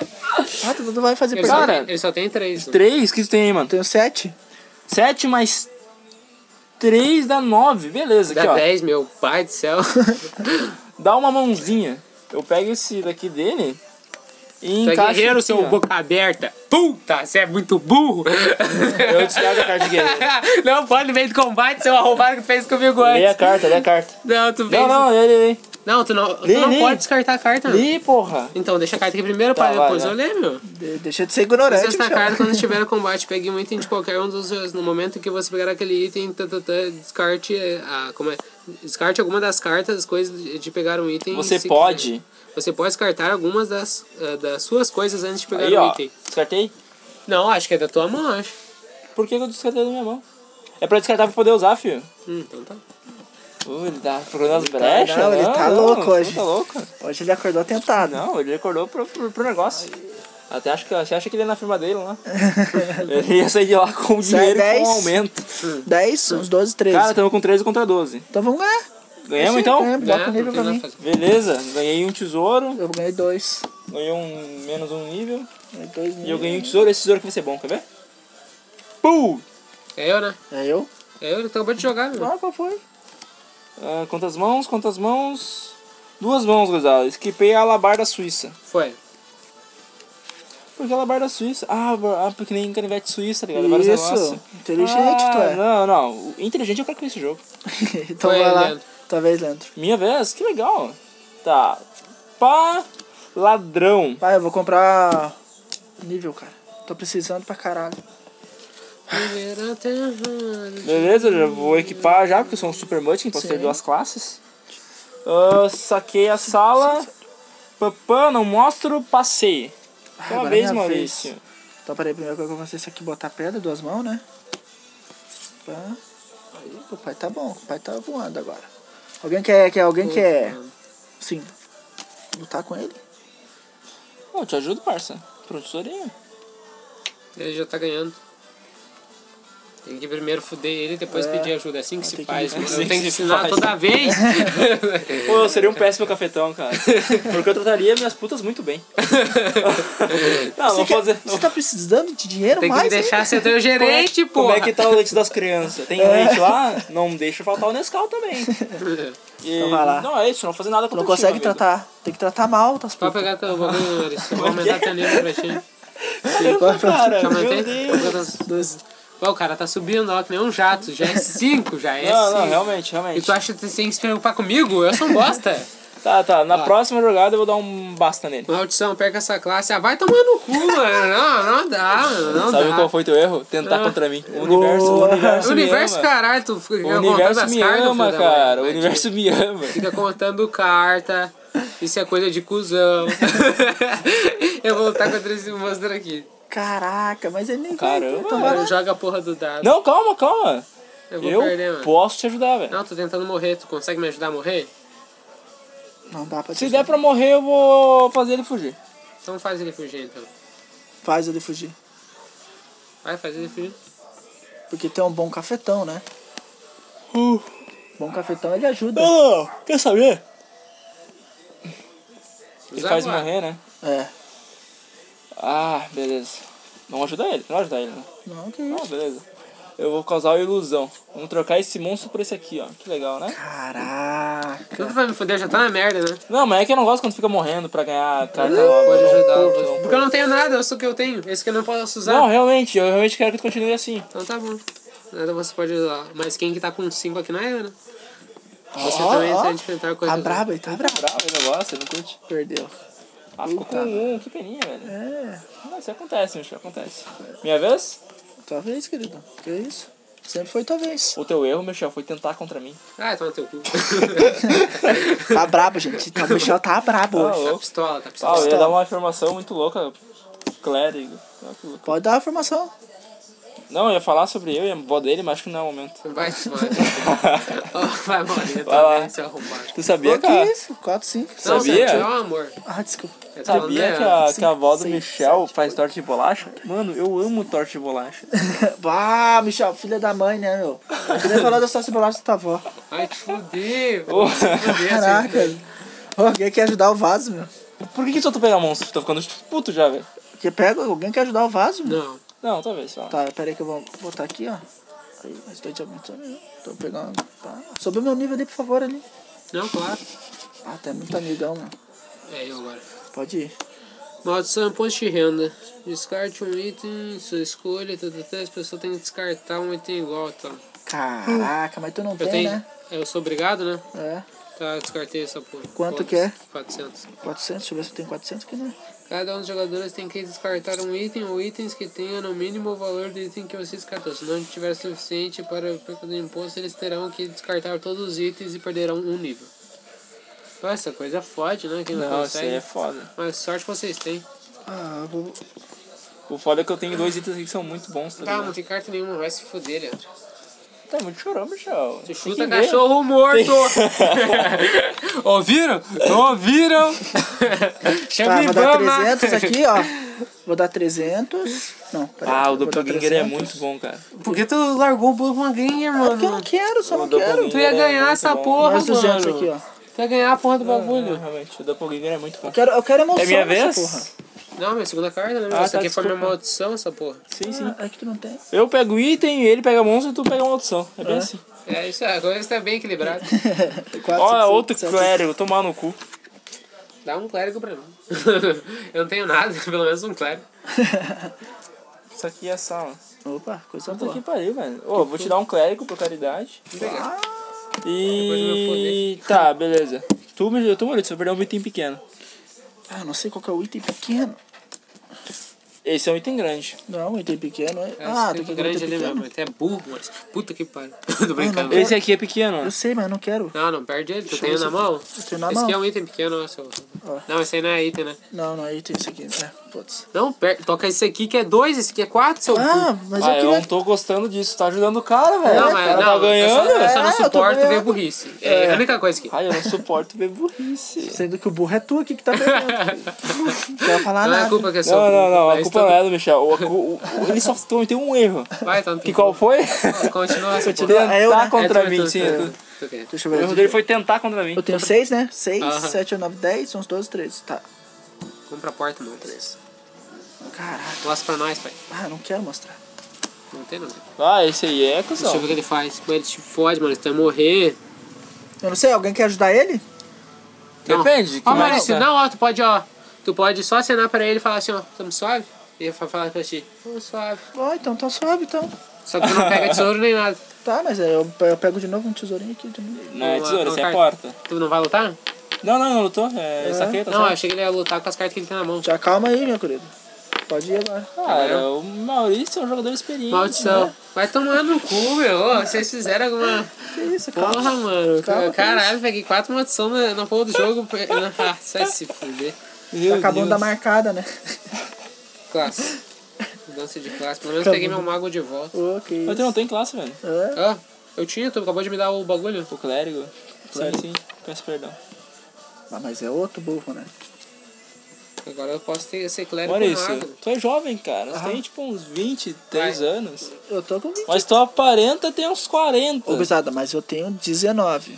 B: Ah, tu não vai fazer
C: Ele,
B: pergunta.
C: só
A: Cara.
C: tem, ele só tem três. né?
A: Três? que isso tem aí, mano?
B: Tenho sete.
A: Sete mais três dá nove. Beleza, aqui
C: Dá
A: ó.
C: 10, meu pai do céu.
A: Dá uma mãozinha. Eu pego esse daqui dele e
C: Tu é
A: encaixo.
C: guerreiro,
A: aqui,
C: seu
A: ó.
C: boca aberta. Puta, você é muito burro.
A: Eu descarto a carta de guerreiro.
C: não pode no meio do combate, seu arrombado que tu fez comigo
A: Lê a
C: antes.
A: carta, lê a carta.
C: Não, tu fez.
A: Não, não, lê, lê, lê.
C: Não, tu não, tu
A: Lê,
C: não
A: lê.
C: pode descartar a carta. meu.
A: Lê, porra.
C: Então, deixa a carta aqui primeiro
A: Tá,
C: para
A: vai,
C: depois
A: vai.
C: eu ler, meu.
B: De- Deixa de ser ignorante,
C: Essa
A: tá
B: Michel.
C: carta, quando estiver no combate, pegue tá, um item de qualquer um dos seus. No momento que você pegar aquele item, tã, tã, tã, descarte. eh, Ah, como é? Descarte alguma das cartas, coisas de- de pegar um item.
A: Você
C: se
A: pode.
C: quiser. Você pode descartar algumas das, eh, das suas coisas antes de pegar
A: Aí,
C: um
A: ó.
C: item.
A: Descartei?
C: Não, acho que é da tua mão, acho.
A: Por que eu descartei da minha mão? É pra descartar pra poder usar, filho.
C: Hum, então tá.
A: Uh, ele tá procurando as brechas.
B: não, ele tá louco
A: ele
B: hoje.
A: Tá louco.
B: Hoje ele acordou tentado.
A: Não, ele acordou pro, pro, pro negócio. Até acho que, você acha que ele é na firma dele lá. É, ele ia sair de lá com o
B: Sai
A: dinheiro e com um
B: 10.
A: aumento.
B: 10, uns 12, 13.
A: Cara, estamos com 13 contra 12.
B: então vamos ganhar.
A: Ganhamos então?
B: Ganha, bota o
C: Né?
B: nível
C: Não tem
B: pra
C: nada
B: mim.
C: a fazer.
A: Beleza, ganhei um tesouro,
B: Eu ganhei dois.
A: ganhei um menos um nível.
B: Ganhei dois
A: E eu
B: níveis.
A: ganhei um tesouro, esse tesouro que vai ser bom, quer ver? Pum!
C: É eu, né?
B: É eu?
C: É eu, ele acabou de jogar, meu.
B: Ah, qual foi?
A: Ah, quantas mãos, quantas mãos? Duas mãos, gurizada. Esquipei a alabarda suíça.
C: Foi.
A: Porque a alabarda suíça... Ah, ah, porque nem canivete suíça, tá ligado? Vários
B: Isso.
A: negócios.
B: Inteligente tu
A: Ah,
B: é.
A: Não, não. O Inteligente eu quero conhecer esse jogo.
B: então
C: Foi,
B: vai lá.
C: Leandro.
B: Talvez, Leandro.
A: Minha vez? Que legal. Tá. Pá. Ladrão.
B: Pai, eu vou comprar nível, cara. Tô precisando pra caralho.
A: Beleza, já vou equipar já, porque eu sou um super mutant, posso ter
B: Sim.
A: duas classes. Ah, saquei a sala. Papã, não mostro, passei.
B: Ah,
A: Uma
B: agora é
A: vez,
B: minha
A: Maurício.
B: Então, peraí, primeira coisa que eu vou fazer é isso aqui, botar pedra, duas mãos, né? Pá. Aí, o pai tá bom, o pai tá voando agora. Alguém quer, quer alguém quer, sim, lutar com ele?
A: Ô, te ajudo, parça. Professorinha.
C: Ele já tá ganhando. Tem que primeiro fuder ele e depois pedir ajuda. É assim que se
B: tem que-
C: faz.
A: é
C: mano.
A: assim
C: Eu tenho
A: que
C: que
A: se
C: ensinar
A: faz.
C: toda vez.
A: Pô, eu seria um péssimo cafetão, cara. Porque eu trataria minhas putas muito bem. não,
B: Você,
A: não
B: quer-
A: Ah, vou dizer.
B: você tá precisando de dinheiro
C: Tem que
B: mais?
C: me
B: hein?
C: deixar ser teu
A: Como é,
C: gerente, pô.
A: como é que tá o leite das crianças? Tem leite lá?
B: É.
A: Não deixa faltar o Nescau também. E-
B: Então vai lá.
A: Não, é isso, não vou fazer nada
B: Tu
A: com
B: não consegue tratar, tem que tratar mal, tá
C: Pode pegar teu bagulho, Maurício. Eu Vou aumentar teu nível pra ti.
A: Caramba, é cara,
C: Já
A: meu
C: aumentei?
A: Deus.
B: Dois.
C: Pô, o cara tá subindo, ó, que nem um jato. Já é cinco, já é
A: Não, não,
C: cinco.
A: realmente,
C: E tu
A: realmente.
C: acha que você tem que se preocupar comigo? Eu sou um bosta.
A: Tá, tá, na
C: Vai.
A: próxima jogada eu vou dar um basta nele.
C: Maldição, perca essa classe. Ah, vai tomar no cu, mano. Não, não dá, mano. Não
A: Sabe
C: dá.
A: qual foi teu erro? Tentar
C: Ah.
A: contra mim. O universo, o
B: Boa.
A: universo
C: O
A: me
C: universo,
A: ama.
C: caralho, tu fica
A: O
C: contando
A: universo
C: as
A: me
C: cartas, filho
A: ama,
C: da mãe.
A: cara. O
C: Vai,
A: universo me ama.
C: Fica contando carta. Isso é coisa de cuzão. Eu vou lutar contra esse monstro aqui.
B: Caraca, mas ele nem Então
A: Caramba.
B: vai tomar.
C: Mano, joga a porra do dado.
A: Não, calma, calma.
C: eu vou
A: Eu
C: perder, mano.
A: posso te ajudar, velho.
C: Não, tô tentando morrer. Tu consegue me ajudar a morrer?
B: Não dá pra
A: Se
B: te
A: der pra morrer, eu vou fazer ele fugir.
C: Então faz ele fugir, então.
B: Faz ele fugir.
C: Vai, faz ele fugir.
B: Porque tem um bom cafetão, né?
A: Uh.
B: Bom cafetão ele ajuda.
A: Não, não, quer saber? Ele
C: Usar
A: faz
C: agora.
A: morrer, né?
B: É.
A: Ah, beleza. Vamos ajudar ele, vamos ajudar ele. Né?
B: Não, que
A: Ah,
B: isso.
A: beleza. Eu vou causar a ilusão. Vamos trocar esse monstro por esse aqui, ó. Que legal, né?
B: Caraca.
C: Não tu vai me fuder, já tá na merda, né?
A: Não, mas é que eu não gosto quando fica morrendo pra ganhar carta
C: Pode
A: nova.
C: ajudar.
A: Não,
C: eu vou-
A: não,
C: Porque eu não tenho nada, eu sou o que eu tenho. Esse que eu não posso usar.
A: Não, realmente, eu realmente quero que tu continue assim.
C: Então tá bom. Nada você pode usar. Mas quem que tá com 5 aqui não é eu, né? Você
B: Ó,
C: também
B: ó.
C: tem que enfrentar coisas.
B: Tá brabo, ele tá brabo.
A: Bravo o negócio, eu não curte.
B: Perdeu.
A: Ah, ficou com um, que peninha, velho.
B: É,
A: Não, isso acontece, bicho, acontece. Minha vez?
B: tua vez, querido. Que isso? Sempre foi tua vez.
A: O teu erro, Michel, foi tentar contra mim.
C: Ah, toma teu cu.
B: Tá brabo, gente. Tá, o Michel tá brabo
A: Tá
B: hoje.
A: louco.
C: pistola, tá
A: Ah,
C: pistola.
A: eu ia
B: Pistola.
A: dar uma informação muito louca, clérigo. Ah, que louco.
B: Pode dar a formação.
A: Não, eu ia falar sobre eu e a avó dele, mas acho que não é o momento.
C: Vai, mano. Vai morrer
A: Vai lá.
C: também, seu arrombado.
A: Tu sabia,
B: Pô, que
A: cara?
B: isso? 4, 5.
C: Não,
A: Sabia?
C: Seu tio é um amor.
B: Ah, desculpa.
C: Eu tô falando
A: Sabia que
C: dela.
A: a, que a avó do
B: Sim,
A: Michel faz torta de bolacha? Mano, eu amo torta de bolacha.
B: Ah, Michel, filha da mãe, né, meu? Eu queria falar da sua cebola da tua avó.
C: Ai, te fuder.
A: Ô,
C: vou te fuder,
B: Caraca.
C: assim.
B: Ô, alguém quer ajudar o vaso, meu?
A: Por que que tu pegar monstro? Tô ficando puto já, velho.
B: Porque pega, alguém quer ajudar o vaso, meu?
C: Não.
A: Não, talvez, sei lá.
B: Tá, peraí que eu vou botar aqui, ó. Aí, mais dois de aumento. Tô pegando. Tá. Sobe o meu nível ali, por favor, ali.
C: Não, claro.
B: Ah, tá muito amigão, meu.
C: É eu agora.
B: Pode ir.
C: Maldição, um imposto de renda. Descarte um item, sua escolha, tata, tata. as pessoas têm que descartar um item igual, tá?
B: Caraca, mas tu não
C: Eu
B: tem,
C: tenho.
B: né?
C: Eu sou obrigado, né?
B: É.
C: Tá, descartei essa porra.
B: Quanto
C: Foda-se.
B: que é?
C: 400.
B: 400, deixa eu ver se eu tenho 400 aqui, né?
C: Cada um dos jogadores tem que descartar um item ou itens que tenha no mínimo o valor do item que você descartou. Se não tiver suficiente para o perda do imposto, eles terão que descartar todos os itens e perderão um nível. Nossa, coisa fode, né? Quem não,
A: Não, isso aí
C: consegue.
A: é foda.
C: Mas sorte que vocês têm.
B: Ah, eu vou.
A: O foda é que eu tenho dois itens aqui que são muito bons, tá
C: Tá, não
A: ligado?
C: tem carta nenhuma, vai se fuder, Leandro.
A: Tá muito chorão, Michel.
C: Tu
A: Tem que
C: chuta
A: ver.
C: cachorro morto! ouviram? Não ouviram?
B: Tá,
C: Chama
B: vou dar
C: Ibama!
B: 300 aqui, ó. Vou dar 300. Não, peraí.
A: Ah, o
B: vou dar
A: Dr. Ginger é
B: 300.
A: muito bom, cara.
C: Por que tu largou o bolo com a ganha, mano?
B: Ah, Porque eu não quero, só não
A: Double
B: quero.
A: Ginger
C: Tu ia
A: é
C: ganhar
A: muito
C: essa
A: bom.
C: porra,
B: Mais 200
C: mano.
B: aqui, ó.
C: Tu ia ganhar a porra do
A: É,
C: bagulho.
A: realmente, o Doppelganger é muito bom.
B: Eu quero, eu quero emoção
A: É minha
B: nessa
A: vez?
B: porra.
C: Não, minha segunda carta, né?
A: Ah,
C: Essa
A: tá,
C: aqui foi minha
A: desculpa.
C: maldição, essa porra.
A: Sim, sim.
B: Ah, é que tu não tem.
A: Eu pego o item, ele pega monstro e tu pega uma opção. É bem assim.
C: É, isso é, a coisa tá bem equilibrada.
B: Quatro,
A: Ó,
B: cinco,
A: outro
B: sete,
A: clérigo, tomar no cu.
C: Dá um clérigo pra mim. eu não tenho nada, pelo menos um clérigo.
A: Isso aqui é sala.
B: oito. Opa, coisa
A: Puta
B: boa.
A: que pariu, velho. Ô, vou te dar um clérigo por caridade.
C: Legal. Depois eu vou
A: E.
C: foder.
A: Tá, beleza. Tu, Murilo, tu, Murilo, você vai perder um item pequeno.
B: Ah, não sei qual que é o item pequeno.
A: Esse é um item grande.
B: Não, o item pequeno é.
C: É,
B: ah,
C: tem
B: tem que
C: um
B: ver o
C: grande
B: item
C: ali
B: pequeno.
C: mesmo. Até burro, mas. Puta que pariu. Tô brincando.
A: Esse aqui é pequeno,
B: Eu
A: né?
B: sei, mas eu não quero.
C: Não, não perde ele. Tu
B: Deixa eu
C: tem
B: ver
C: na
B: se-
C: mão?
B: eu tenho na
C: esse aqui
B: mão.
C: é um item pequeno, ó, seu.
B: Ó.
C: Não, esse aí não é item, né?
B: Não, não é item esse aqui. É, putz.
C: Não, per... toca esse aqui que é dois, esse aqui é quatro, seu.
B: Ah,
C: cu.
B: mas
A: ah,
B: eu
A: eu
B: queria.
A: não tô gostando disso. Tá ajudando o cara, velho.
C: Não,
A: o
C: mas
A: cara
C: não,
A: tá
C: eu só, eu
A: ganhando.
C: só não
B: É, eu tô
C: suporto ver
B: ganhando.
C: burrice. É, a única coisa aqui.
A: Ai, eu não suporto ver burrice.
B: Sendo que o burro é tu aqui que tá pegando. não quero falar
C: Não é
B: nada.
C: culpa que é seu.
A: Não, não, não. A
C: Mas
A: culpa
C: tudo-
A: não é do Michel. O- o- o- ele só cometeu um erro.
C: Vai, tá no
A: Que qual foi?
C: Continua essa
B: Continua.
C: porra.
B: É eu,
A: Tentar
B: né?
A: tá contra
C: É, tu-
A: mim,
C: tu-
A: sim.
C: tu-
A: é
C: tu-
A: tu.
C: tu quer.
B: Deixa eu
A: O
B: ver.
A: erro dele foi tentar contra mim.
B: Eu tenho 6, né?
C: Aham.
B: 6, 7, 9, 10, são uns 12, 13. Tá.
C: Compra a porta, mano. Três.
B: Caraca.
C: Mostra pra nós, pai.
B: Ah, não quero mostrar.
C: Não tem nada.
A: Ah, esse aí é,
C: Deixa eu
A: cuzão.
C: ver o que ele faz. Como ele te fode, mano. Se tu vai morrer.
B: Eu não sei, alguém quer ajudar ele?
C: Não.
A: Depende. que
C: Ó,
A: mais
C: mano, se
A: dá.
C: não, ó, tu pode, ó. Tu pode só acenar pra ele e falar assim, ó, tamo suave? E ele vai falar pra ti, tamo suave.
B: Ó, então tá suave, então.
C: Só que tu não pega tesouro nem nada.
B: Tá, mas eu, eu pego de novo um tesourinho aqui. De novo.
A: Não, é
C: Uma-
A: tesoura,
C: uma
A: essa é a
C: carta.
A: porta.
C: Tu não vai
B: Tá
C: lutar?
A: Não, não, não lutou. É, eu saquei, tá
C: não, eu
A: certo.
C: achei que ele ia lutar com as cartas que ele tem na mão.
B: Já calma aí, meu querido. Pode ir agora. Tá
A: Cara, o Maurício é um jogador experiente.
C: Maldição.
A: né?
C: Vai tomar no cu, meu. Ô, vocês fizeram alguma.
B: Que isso, calma.
C: Porra, mano.
B: Calma,
C: Caralho, peguei quatro maldição na, na porra do jogo. Ah, sai se fuder.
A: Meu
B: Acabando
A: Deus.
B: da marcada, né?
C: Classe. Mudança de classe. Pelo menos peguei meu mago de volta.
B: ok.
A: Mas tu não tem classe, velho.
B: É.
C: Ah, eu tinha, tu acabou de me dar o bagulho.
A: O clérigo.
B: Sim.
A: Sim, sim. Peço perdão.
B: Ah, mas é outro burro, né?
C: Agora eu posso ter, ser clérigo
A: Maurício,
C: mago.
A: tu é jovem, cara. Tu
B: Aham.
A: tem tipo uns 23
C: Vai.
A: anos.
B: Eu tô com
C: Ah.
B: 20.
A: Mas tu aparenta ter uns 40.
B: Ô, gurizada, mas eu tenho 19.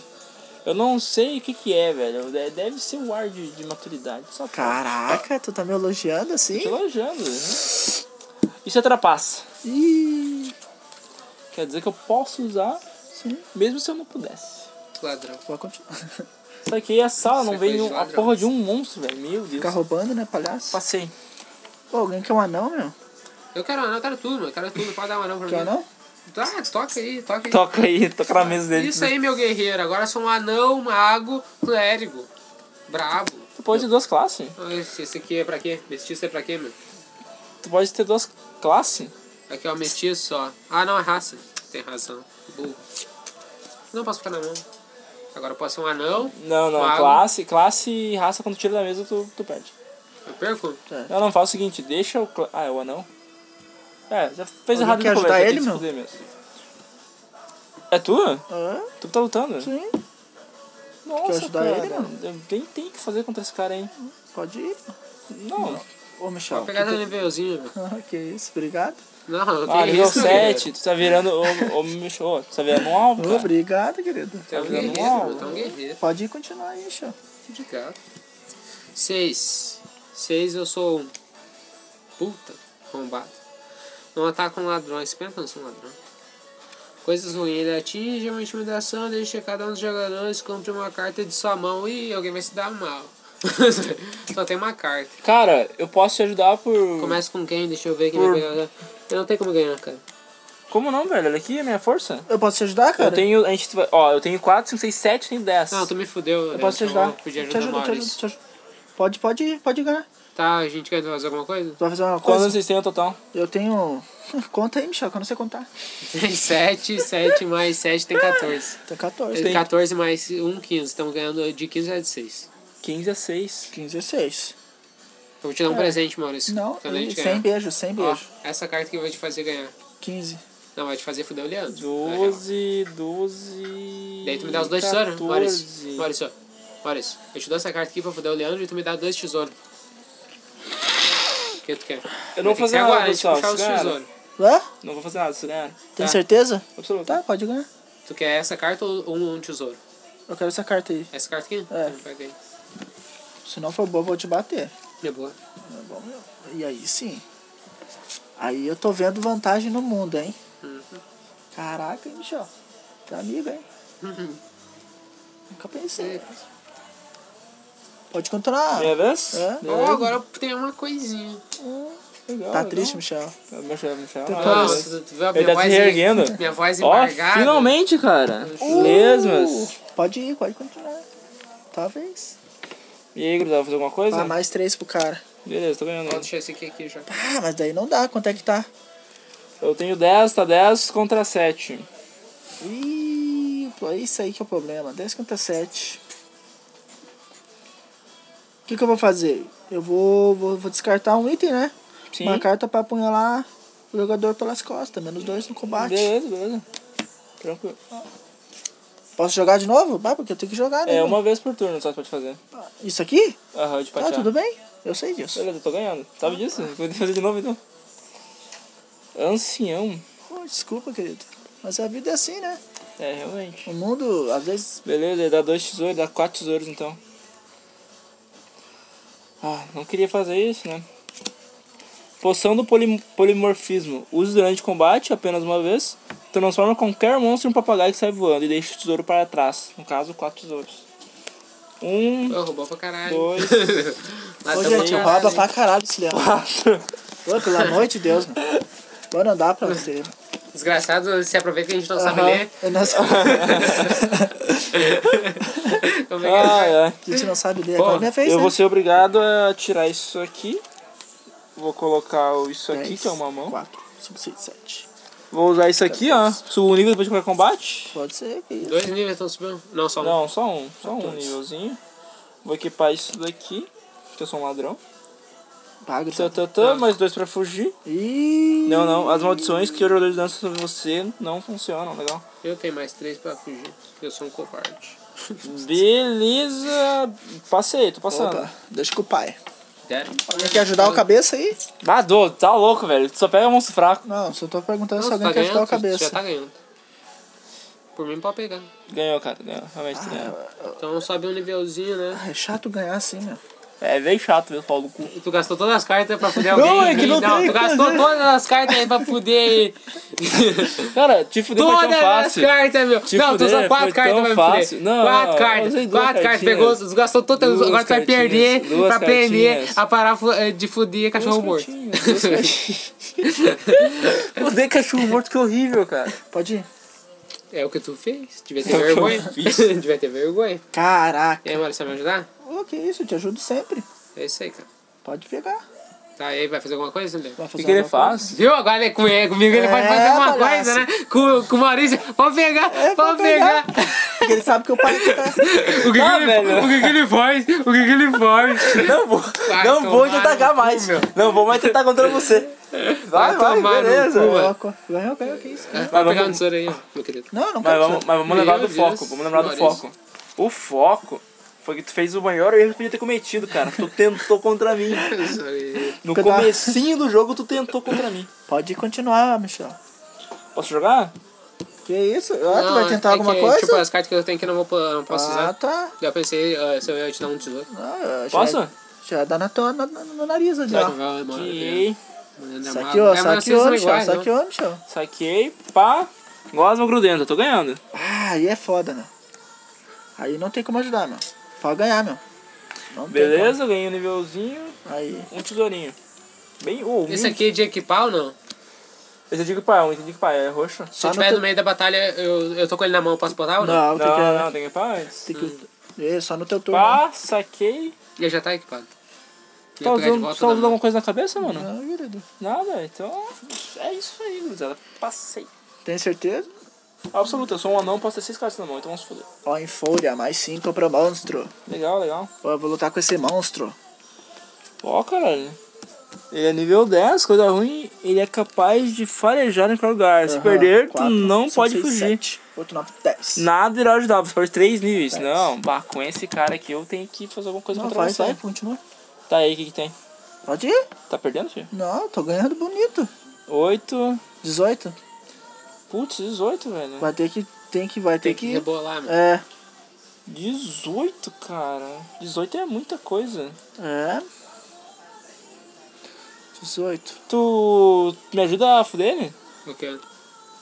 A: Eu não sei o que que é, velho. De- Deve ser o ar de, de maturidade. Só pode.
B: Caraca, tu tá me elogiando assim?
A: Te elogiando. Né? Isso é trapaça.
B: Ih,
A: Quer dizer que eu posso usar
B: sim.
A: mesmo se eu não pudesse.
C: Ladrão.
B: Vou continuar.
A: Isso aqui é a sala,
C: Isso é
A: não veio
C: coisa de
A: nenhum- a
C: ladrão.
A: porra de um monstro, velho. Meu Deus.
B: Ficar roubando, né, palhaço?
A: Passei.
B: Ô, alguém quer um anão, meu?
C: Eu quero anão, eu quero tudo, mano. Eu quero tudo. Pode dar um anão pra
B: Quer um
C: mim.
B: anão?
C: Tá, toca aí, toca aí.
A: Toca aí, toca na mesa dele.
C: Isso é- aí, meu guerreiro. Agora sou um anão, mago, um clérigo. Brabo.
A: Tu pode ter duas classes.
C: Ah, Esse esse aqui é pra quê? Mestiço é pra quê, meu?
A: Tu pode ter duas classes.
C: Aqui é o mestiço só. Ah, não, é raça. Tem razão. Burro. Não posso ficar na mão. Agora eu posso ser um anão.
A: Não, não.
C: Mago.
A: Classe, classe e raça, quando tira da mesa, tu, tu perde.
C: Eu perco?
A: Não, não, faz o seguinte, deixa o. cla- Ah, é o anão? É, já fez
B: Alguém
A: errado
B: quer
A: no
B: ajudar
A: começo,
B: ele,
A: tem que se
B: meu?
A: fuder mesmo. É tua?
B: Ah,
A: Tu que tá lutando?
B: sim.
A: Nossa,
B: Quer ajudar
A: cara,
B: ele, mano?
A: eu- Tem, tem o que fazer contra esse cara, hein?
B: Pode ir.
A: Não.
B: Ô, Michel.
C: Vou pegar teu
B: que,
C: nívelzinho, meu.
B: tu- Ah, que isso, obrigado.
C: Não, eu
A: Ah, nível
C: isso, guerreiro.
A: 7, tu tá virando. Ô, ô, Michel, ô, tu tá virando um alvo, cara.
B: Obrigado, querido.
C: Tu é um
A: Tá virando
C: guerreiro,
A: um
C: meu. Tu é um guerreiro.
B: Pode ir continuar aí, Michel.
C: De gato. Seis. Seis eu sou um. Puta. Arrombado. Não atacam ladrões. Pena que eu não sou um ladrão. Coisas ruins. Ele atinge uma intimidação, deixa cada um dos jogadores compre uma carta de sua mão e alguém vai se dar mal. Só tem uma carta.
A: Cara, eu posso te ajudar por.
C: Começa com quem? Deixa eu ver quem
A: Por-
C: vai pegar. Eu não tenho como ganhar, cara.
A: Como não, velho? Olha aqui é a minha força.
B: Eu posso te ajudar, cara?
A: Eu tenho. A gente, vai- ó, eu tenho 4, 5, 6, 7, tenho 10.
C: Não, tu me fudeu.
B: Eu posso te ajudar.
C: Podia
B: te ajudo, te
C: ajudar o
B: ajudo,
C: Maurício.
B: te ajudo. Pode, pode ir, pode ganhar.
C: Tá, a gente quer fazer alguma coisa?
B: Tu vai fazer uma
A: Quantos
B: coisa?
A: anos vocês têm no total?
B: Eu tenho. Conta aí, Michel, que eu não sei contar.
C: Tem 7, 7 mais 7 tem 14.
B: Tem 14.
C: Tem
A: Tem-
C: 14 É mais 1, 15. Estamos ganhando de 15 a 16.
A: 15 a 6.
B: 15 e 6.
C: Eu vou te dar um
B: É.
C: presente, Maurício.
B: Não,
C: quando a gente
B: 100
C: ganhar.
B: beijos, 100
C: é. Ó,
B: beijos.
C: essa carta que vai te fazer ganhar.
B: 15.
C: Não, vai te fazer fuder o Leandro. na real.
A: 12, 12.
C: Daí tu me dá os dois tesouros, né? Maurício. Maurício, Maurício, eu te dou essa carta aqui pra fuder o Leandro e tu me dá dois tesouros. O que tu quer?
A: Eu não vou
C: Vai ter que ser
A: fazer nada,
C: agora, a gente
A: pessoal.
C: puxar
A: Vocês
C: os
A: ganharam.
C: tesouros.
B: Hã?
A: Não vou fazer nada, vocês ganharam.
B: Tem
C: Tá.
B: certeza?
A: Absoluto.
B: Tá, pode ganhar.
C: Tu quer essa carta ou um, um tesouro?
B: Eu quero essa carta aí.
C: Essa carta aqui?
A: É.
C: Então pega aí.
B: Se não for boa, eu vou te bater.
C: É boa.
B: Não é bom, meu. E aí sim. Aí eu tô vendo vantagem no mundo, hein?
C: Uhum.
B: Caraca, hein, Michel? Tá amigo, hein?
C: Uhum.
A: É.
B: Nunca pensei. Pode continuar.
A: Tá. Minha vez?
B: É.
A: Minha
C: Ou
A: vez?
C: agora tem uma coisinha.
A: Legal,
B: Tá
A: legal.
B: triste, Michel?
A: Eu me chamo, me chamo.
B: Tá
A: Ah,
B: bom.
A: mas-
C: Nossa, tu, tu viu a
A: Ele
C: minha
A: tá se
C: voz?
A: reerguendo.
C: Minha voz
A: Ó,
C: embargada.
A: finalmente, cara.
C: Uh!
A: Lesmas.
B: Pode ir, pode continuar. Talvez.
A: E aí, grudado, fazer alguma coisa?
B: Ah, mais três pro cara.
A: Beleza, tô ganhando.
C: Ó, deixa esse aqui, aqui já.
B: Ah, mas daí não dá. Quanto é que tá?
A: Eu tenho 10, tá 10 contra 7.
B: Ih, pô, isso aí que é o problema. 10 contra 7. O que, que eu vou fazer? Eu vou, vou, vou descartar um item, né?
A: Sim.
B: Uma carta pra apunhalar o jogador pelas costas. Menos dois no combate.
A: Beleza, beleza. Tranquilo.
B: Posso jogar de novo? Bah, porque eu tenho que jogar, né?
A: É
B: meu?
A: uma vez por turno só que pode fazer.
B: Isso aqui?
A: Aham, de
B: Tá,
A: patear.
B: tudo bem. Eu sei disso.
A: Beleza, eu tô ganhando. Sabe disso? Vou fazer de novo então. Ancião.
B: Pô, desculpa, querido. Mas a vida é assim, né?
A: É, realmente.
B: O mundo, às vezes...
A: Beleza, ele dá dois tesouros, dá quatro tesouros então. Ah, não queria fazer isso, né? Poção do polim- polimorfismo. Use durante combate apenas uma vez. Transforma qualquer monstro em um papagaio que sai voando e deixa o tesouro para trás. No caso, quatro tesouros. Um,
C: Ô, roubou pra caralho.
A: dois,
C: Mas tá
B: Ô,
C: também
B: gente,
A: é assim.
C: caralho.
B: rouba pra caralho esse leão.
A: quatro.
B: Pô, pelo amor de Deus, mano. Bora não dá pra você.
C: Desgraçado, se aproveita que a gente não
A: Tá
C: sabe
B: Aham.
C: ler.
B: Eu não sei-
C: Como é que
B: Ah.
C: é?
A: Ai, ai.
B: A gente não sabe ler.
C: Pô,
B: Agora é minha vez,
A: Eu
B: né?
A: vou ser obrigado a tirar isso aqui. Vou colocar o- isso aqui,
B: Dez,
A: que é uma mão.
B: quatro, cinco, seis, sete.
A: Vou usar isso aqui, ó. Subo o nível depois de qualquer combate.
B: Pode ser que isso.
C: Dois níveis estão subindo? Não, só um.
A: Não, só um. Só um
B: Dois.
A: nívelzinho. Vou equipar isso daqui, que eu sou um ladrão.
B: Bagre.
A: Tã, tã, tã, mais dois pra fugir.
B: então. Ih,
A: Não, não. As maldições que o jogador de dança sobre você não funcionam, legal.
C: Eu tenho mais três pra fugir. Eu sou um covarde.
A: Beleza. Passei, tô passando.
B: Opa, deixa com o pai.
C: Deram?
B: Alguém quer ajudar o cabeça aí?
A: Ah, Dô, tá louco, velho. Tu só pega monstro fraco.
B: Não, só tô perguntando
C: Não,
B: se
C: tu
B: alguém
C: tá
B: quer ajudar
C: ganhando,
B: o
C: tu- tu já
B: cabeça.
C: tá ganhando. Por mim pode pegar.
A: Ganhou, cara. Ganhou. Realmente tu ganhou.
C: Então sobe um nívelzinho, né?
B: Ah, é chato ganhar assim, meu.
A: É bem chato mesmo, Paulo do cu.
C: E tu gastou todas as cartas pra fuder
B: Não,
C: alguém.
B: é que não tem
C: tu
B: o que
C: gastou
B: fazer.
C: todas as cartas aí pra fuder.
A: Cara, te fudeu foi tão
C: todas as
A: fácil.
C: cartas, meu.
A: Te
C: não, tu usou
A: fuder,
C: quatro
A: foi tão
C: cartas pra me
A: fácil.
C: fuder.
A: Não,
C: quatro
A: não, eu
C: cartas.
A: usei duas
C: Quatro cartas.
A: cartinhas.
C: Pegou, tu gastou todas.
A: Duas
C: agora tu vai
A: cartinhas,
C: perder
A: duas
C: pra aprender
A: cartinhas.
C: a parar fu- eh, de fuder cachorro morto.
A: Eu odeio cachorro morto, que horrível, cara.
B: Pode ir.
C: É o que tu fez. Devia ter
A: É o que eu
C: vergonha.
A: fiz.
C: Devia ter vergonha.
B: Caraca.
C: E aí, Mário, você vai me ajudar?
B: Ô, que isso, eu te ajudo sempre.
C: É isso aí, cara.
B: Pode pegar.
C: Tá, e aí, vai fazer alguma coisa, André?
B: Vai fazer
A: O que, que ele
B: alguma coisa?
A: faz?
C: Viu? Agora ele- com ele, comigo ele
B: É,
C: pode fazer alguma
B: palhaço.
C: coisa, né? Com, com o Maurício, pode pegar,
B: É,
C: pode
B: pode pegar.
C: pegar.
B: Porque ele sabe que o pai que tá.
C: O, que
A: Ah,
C: que ele,
A: velho.
C: o que que ele faz? O que que ele faz?
A: Não vou,
C: Vai
A: não vou
C: tomar
A: te
C: no
A: atacar
C: cu,
A: mais.
C: meu.
A: Não vou mais tentar contra você. Vai,
C: Vai
A: vai,
C: tomar no
A: beleza.
C: cu, velho.
B: Ganhou, ganhou, ganhou, que isso.
C: Vai
A: vamos-
C: pegar um tesouro aí, ó, meu querido.
B: Não, não
A: Mas
B: quero.
A: vamos, mas vamos lembrar
C: Meu
A: do
C: Deus,
A: foco, vamos lembrar do
C: Maurício.
A: foco. O foco foi que tu fez o maior erro que tu podia ter cometido, cara. Tu tentou contra mim.
C: Tesouro aí.
A: No
B: Fica da-
A: comecinho do jogo, tu tentou contra mim.
B: Pode continuar, Michel.
A: Posso jogar?
B: Que isso? Ah, tu
C: Não,
B: vai tentar
C: é
B: alguma
C: que,
B: coisa?
C: Tipo, as cartas que eu tenho aqui eu não, vou, pôr- eu não posso
B: ah,
C: usar.
B: tá.
C: Eu pensei ah, se eu ia te dar um tesouro.
B: Ah, já-
A: Posso?
B: Já dá na tua, na, na- no nariz ali,
C: Vai,
B: ó.
C: vai, mano.
A: Saquei,
B: Saqueou,
C: assim,
B: saqueou, Michel. Saqueou, Michel.
A: saquei, pá. Gosma grudenta, tô ganhando.
C: Tá
B: Ah, aí é foda, meu. Aí não tem como ajudar, meu. Pode ganhar, meu. Não tem
A: Beleza, ganhei um nívelzinho,
B: como. Aí.
A: um tesourinho. Bem, oh,
C: Esse
A: aqui.
C: aqui é de equipar ou não?
A: Esse aqui que pá, um entendi que pá, é roxo.
C: Se eu
B: Só Tá no
C: tiver
B: teu-
C: no meio da batalha, eu, eu tô com ele na mão, eu posso botar ou não?
B: Não,
A: Não,
B: Ah, tem que. é,
A: não, tem que ir pá antes.
B: Tem que... É, só no teu turno.
A: Pá, saquei.
C: Ele já tá equipado.
A: Tá
C: Queria pegar
B: um-
C: de
A: usando, tá
C: volta da
A: usando
C: mão.
A: alguma coisa na cabeça, mano?
B: Não, querido.
A: Nada, então é isso aí, gurizada. Passei.
B: Tem certeza?
A: Absoluto, eu sou um anão, posso ter seis cartas na mão, então vamos foder.
B: Ó, em fúria, mais cinco pro monstro.
A: Legal, legal.
B: Ó, eu vou lutar com esse monstro.
A: Ó, caralho. Ele é nível 10, coisa ruim, ele é capaz de farejar em qualquer lugar. Se
B: Aham,
A: perder, tu
B: quatro,
A: não
B: cinco,
A: pode
B: seis,
A: fugir.
B: sete, Oito, nove, dez.
A: Nada irá ajudar, você perde 3 níveis.
B: Dez.
A: Não, bah, com esse cara aqui eu tenho que fazer alguma coisa
B: Não,
A: contra
B: vai,
A: você.
B: vai, continua.
A: Tá aí, o que, que tem?
B: Pode ir.
A: Tá perdendo, filho?
B: Não, tô ganhando bonito.
A: 8.
B: 18.
A: Putz, 18, velho.
B: Vai ter que. Tem que. Vai ter
C: Tem que
B: que.
C: rebolar, mano.
B: É.
A: 18, cara. 18 é muita coisa.
B: É. 18.
A: Tu me ajuda a fuder ele?
C: O quê?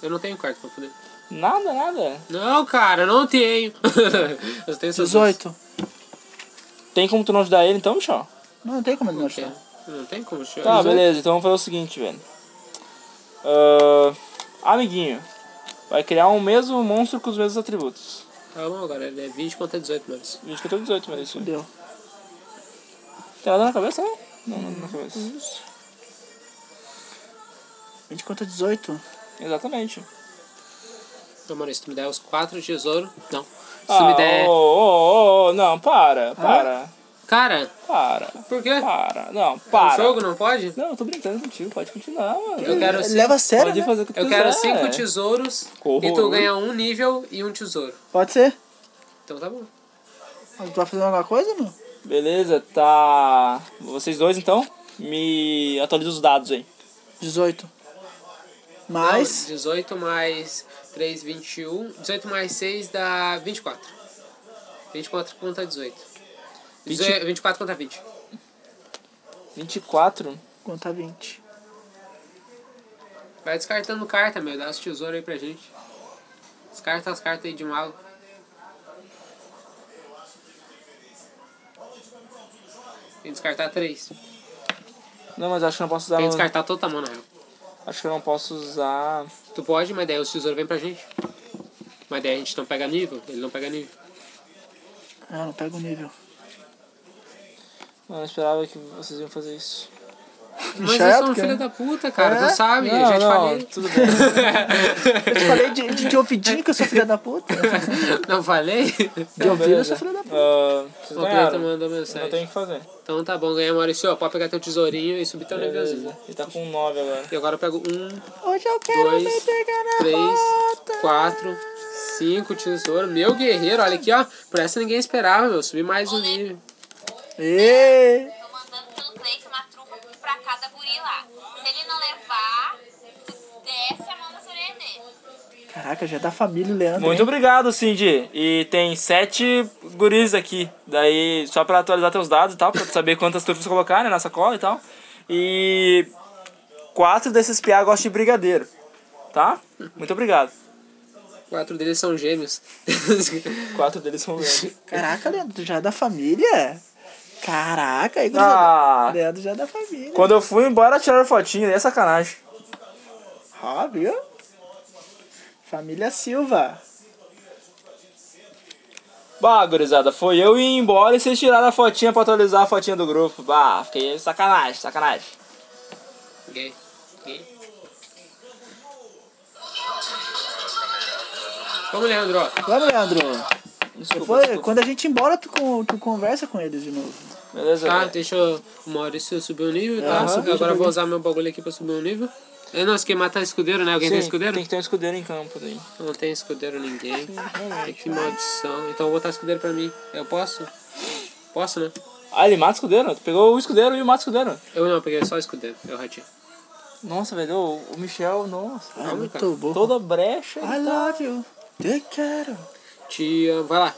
C: Eu não tenho carta pra poder.
A: Nada, nada.
C: Não, cara, eu não tenho. eu só tenho essas
B: 18.
A: Tem como tu não ajudar ele então, bichão?
B: Não, não tem como ele não
C: duas. O quê?
B: achar.
C: Não tem como chorar.
A: Tá,
C: 18?
A: beleza. Então vamos fazer o seguinte, velho. Ah, amiguinho. Vai criar um mesmo monstro com os mesmos atributos.
C: Tá bom, agora ele é 20 contra 18, mano.
A: 20 que eu tenho 18, mas é isso.
B: Deu.
A: Tem nada na cabeça, não? Não, nada na cabeça.
B: 20 contra 18.
A: Exatamente.
C: Então, mano, se tu me der os 4 tesouros. Não. Se tu
A: Ah,
C: me der. Ah?
A: ô, ô, ô, ô, não, para, para,
C: Cara,
A: para,
C: por quê?
A: para, não,
C: O
A: para.
C: É um jogo não pode?
A: Não, eu tô brincando contigo, pode continuar, mano.
C: Eu quero
B: Ele
C: cinco-
B: leva a sério.
A: Pode
B: né?
A: fazer o que tu
C: Eu quero
A: quiser.
C: 5 tesouros e tu
A: é. Horror.
C: ganha um nível e um tesouro.
B: Pode ser?
C: Então tá bom.
B: Tu vai fazer alguma coisa, meu?
A: Beleza, tá. Vocês dois então, me atualiza os dados aí.
B: 18. Mais.
C: Então, 18 mais 3, 21. 18 mais 6 dá 24. 24 contra 18.
A: Vinte-
C: 18 24 contra 20.
A: 24.
B: Conta 20.
C: Vai descartando carta, meu. Dá os tesouros aí pra gente. Descarta as cartas aí de um mago. Tem que descartar três. Tem
A: Não, mas acho que eu não posso usar.
C: que
A: no-
C: descartar todo tamanho, na real.
A: Acho que eu não posso usar.
C: Tu pode, mas daí os tesouros vêm pra gente. Mas daí a gente não pega nível. Ele não pega nível.
B: Ah, não pega o nível.
A: Mano, eu esperava que vocês iam fazer isso.
C: Mas
B: Chato,
C: eu sou um
B: cara.
C: filho da puta, cara.
B: É?
C: Tu sabe,
A: né? não,
C: eu já te
A: não,
C: falei.
A: tudo bem.
B: Eu te falei de, de, de ouvidinho que eu sou filha da puta.
C: Não falei?
B: De ouvido eu
A: beleza.
B: sou filha da puta.
A: Ah, vocês
C: O Cleiton
A: ganharam.
C: mandou
A: Eu não
C: mensagem.
A: tenho o que fazer.
C: Então tá bom, ganha Maurício. ó, Pode pegar teu tesourinho e subir teu
A: Beleza.
C: nívelzinho.
A: Ele tá com 9 agora.
C: E agora eu pego um,
B: Hoje eu quero me
C: dois,
B: pegar na
C: três,
B: bota.
C: quatro, cinco tesouros. Meu guerreiro, olha aqui, ó. Por essa ninguém esperava, meu. Subi mais um nível.
B: Ê,
D: Tô mandando pelo Cleiton uma truca pra cada guri lá. Se ele não levar, tu desce a mão na orelha dele.
B: Caraca, já é da família, o Leandro.
A: Muito
B: hein?
A: obrigado, Cindy. E tem sete guris aqui. Daí, só pra atualizar teus dados e tal, pra tu saber quantas turfas colocar né, na sacola e tal. E quatro desses piá gostam de brigadeiro. Tá? Muito obrigado.
C: Quatro deles são gêmeos.
A: Quatro deles são grandes.
B: Caraca, Leandro, tu já é da família? Caraca, aí gurizada.
A: Ah,
B: Leandro já é da família.
A: quando eu fui embora, tiraram fotinho. É sacanagem.
B: Ó, viu? Família Silva.
A: Bah, gurizada, foi eu ir embora e vocês tiraram a fotinha pra atualizar a fotinha do grupo. Bah, fiquei sacanagem, sacanagem.
C: Gay. Gay. Vamos, Leandro, ó.
B: Vamos, Leandro.
A: Desculpa,
B: Depois,
A: desculpa.
B: quando a gente ir embora, tu, con- tu conversa com eles de novo.
A: Beleza?
C: Tá,
A: velho.
C: deixa eu. O Maurício subir o nível, tá?
B: Aham,
C: Subi- agora eu vou usar meu bagulho aqui pra subir o nível. É, não, esquema matar escudeiro, né? Alguém tem
A: Sim,
C: escudeiro?
A: Tem que ter um escudeiro em campo daí.
C: Não tem escudeiro ninguém. Ai, que maldição. Então eu vou botar escudeiro pra mim. Eu posso? Posso, né?
A: Ah, ele mata o escudeiro? Tu pegou o escudeiro e o mata o escudeiro.
C: Eu não, peguei só escudeiro. Eu ratinho.
A: Nossa, velho, o o Michel, nossa.
B: Ah,
C: Vamos,
B: muito
C: cara.
B: bom.
A: Toda brecha.
B: I love you. Te quero.
C: Tia, vai lá.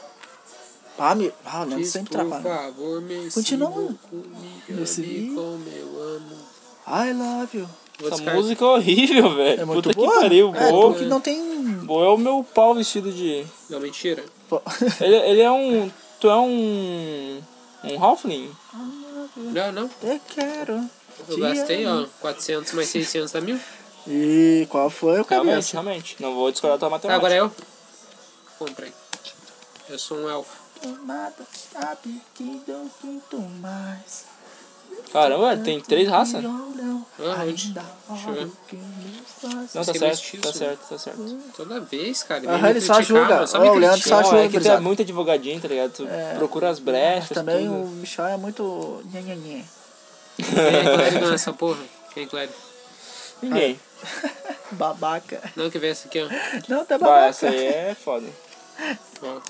B: Ah, me... ah o Leandro
C: Diz,
B: sempre
C: por
B: trabalha.
C: favor, me
B: Continua.
C: siga comigo,
B: Me siga.
C: como eu amo.
B: I love you.
C: Vou
A: Essa
C: descartar.
A: música é horrível, velho.
B: É muito
A: Puta
B: boa.
A: que pariu, boa.
B: é, bom que não tem...
A: Boa é o meu pau vestido de.
C: Não, mentira.
B: Bom,
A: Ele, ele é um. Tu é um. Um Halfling?
C: Não, não.
B: Te quero.
C: Eu
B: Te
C: gastei,
B: amo.
C: ó, 400 mais 600 dá mil.
B: E qual foi o
A: Realmente,
B: cabeça?
A: realmente. Não vou discordar da tua
C: Tá,
A: matemática.
C: agora eu. Comprei. Eu sou um elfo.
B: Tomada, sabe que deu muito mais.
A: Caramba, tem três raças? Não,
B: Não,
C: Ah, onde?
B: ainda
C: Deixa eu ver.
B: há o que nos faz.
A: tá
C: Tem
A: certo,
C: mestiço,
A: tá
C: né?
A: certo, tá certo.
C: Toda vez, cara.
B: Aham,
C: vem me
B: ele só
C: criticar,
B: julga.
C: mano, Só me
B: Ó, o Leandro só
C: criticar.
A: Não, é
B: julga,
A: que tu é
B: gurizada.
A: muito advogadinho, tá ligado? Tu
B: É.
A: procura as
B: Mas
A: brechas,
B: também o
A: tudo.
B: Michel é muito. nhe, nhe, nhe.
C: Quem é Clério não nessa porra? Quem é Clério?
A: Ninguém.
B: Babaca.
C: Não, que vem essa aqui, ó.
B: Não, tá
A: Bah,
B: babaca.
A: essa aí é foda.
C: Ó,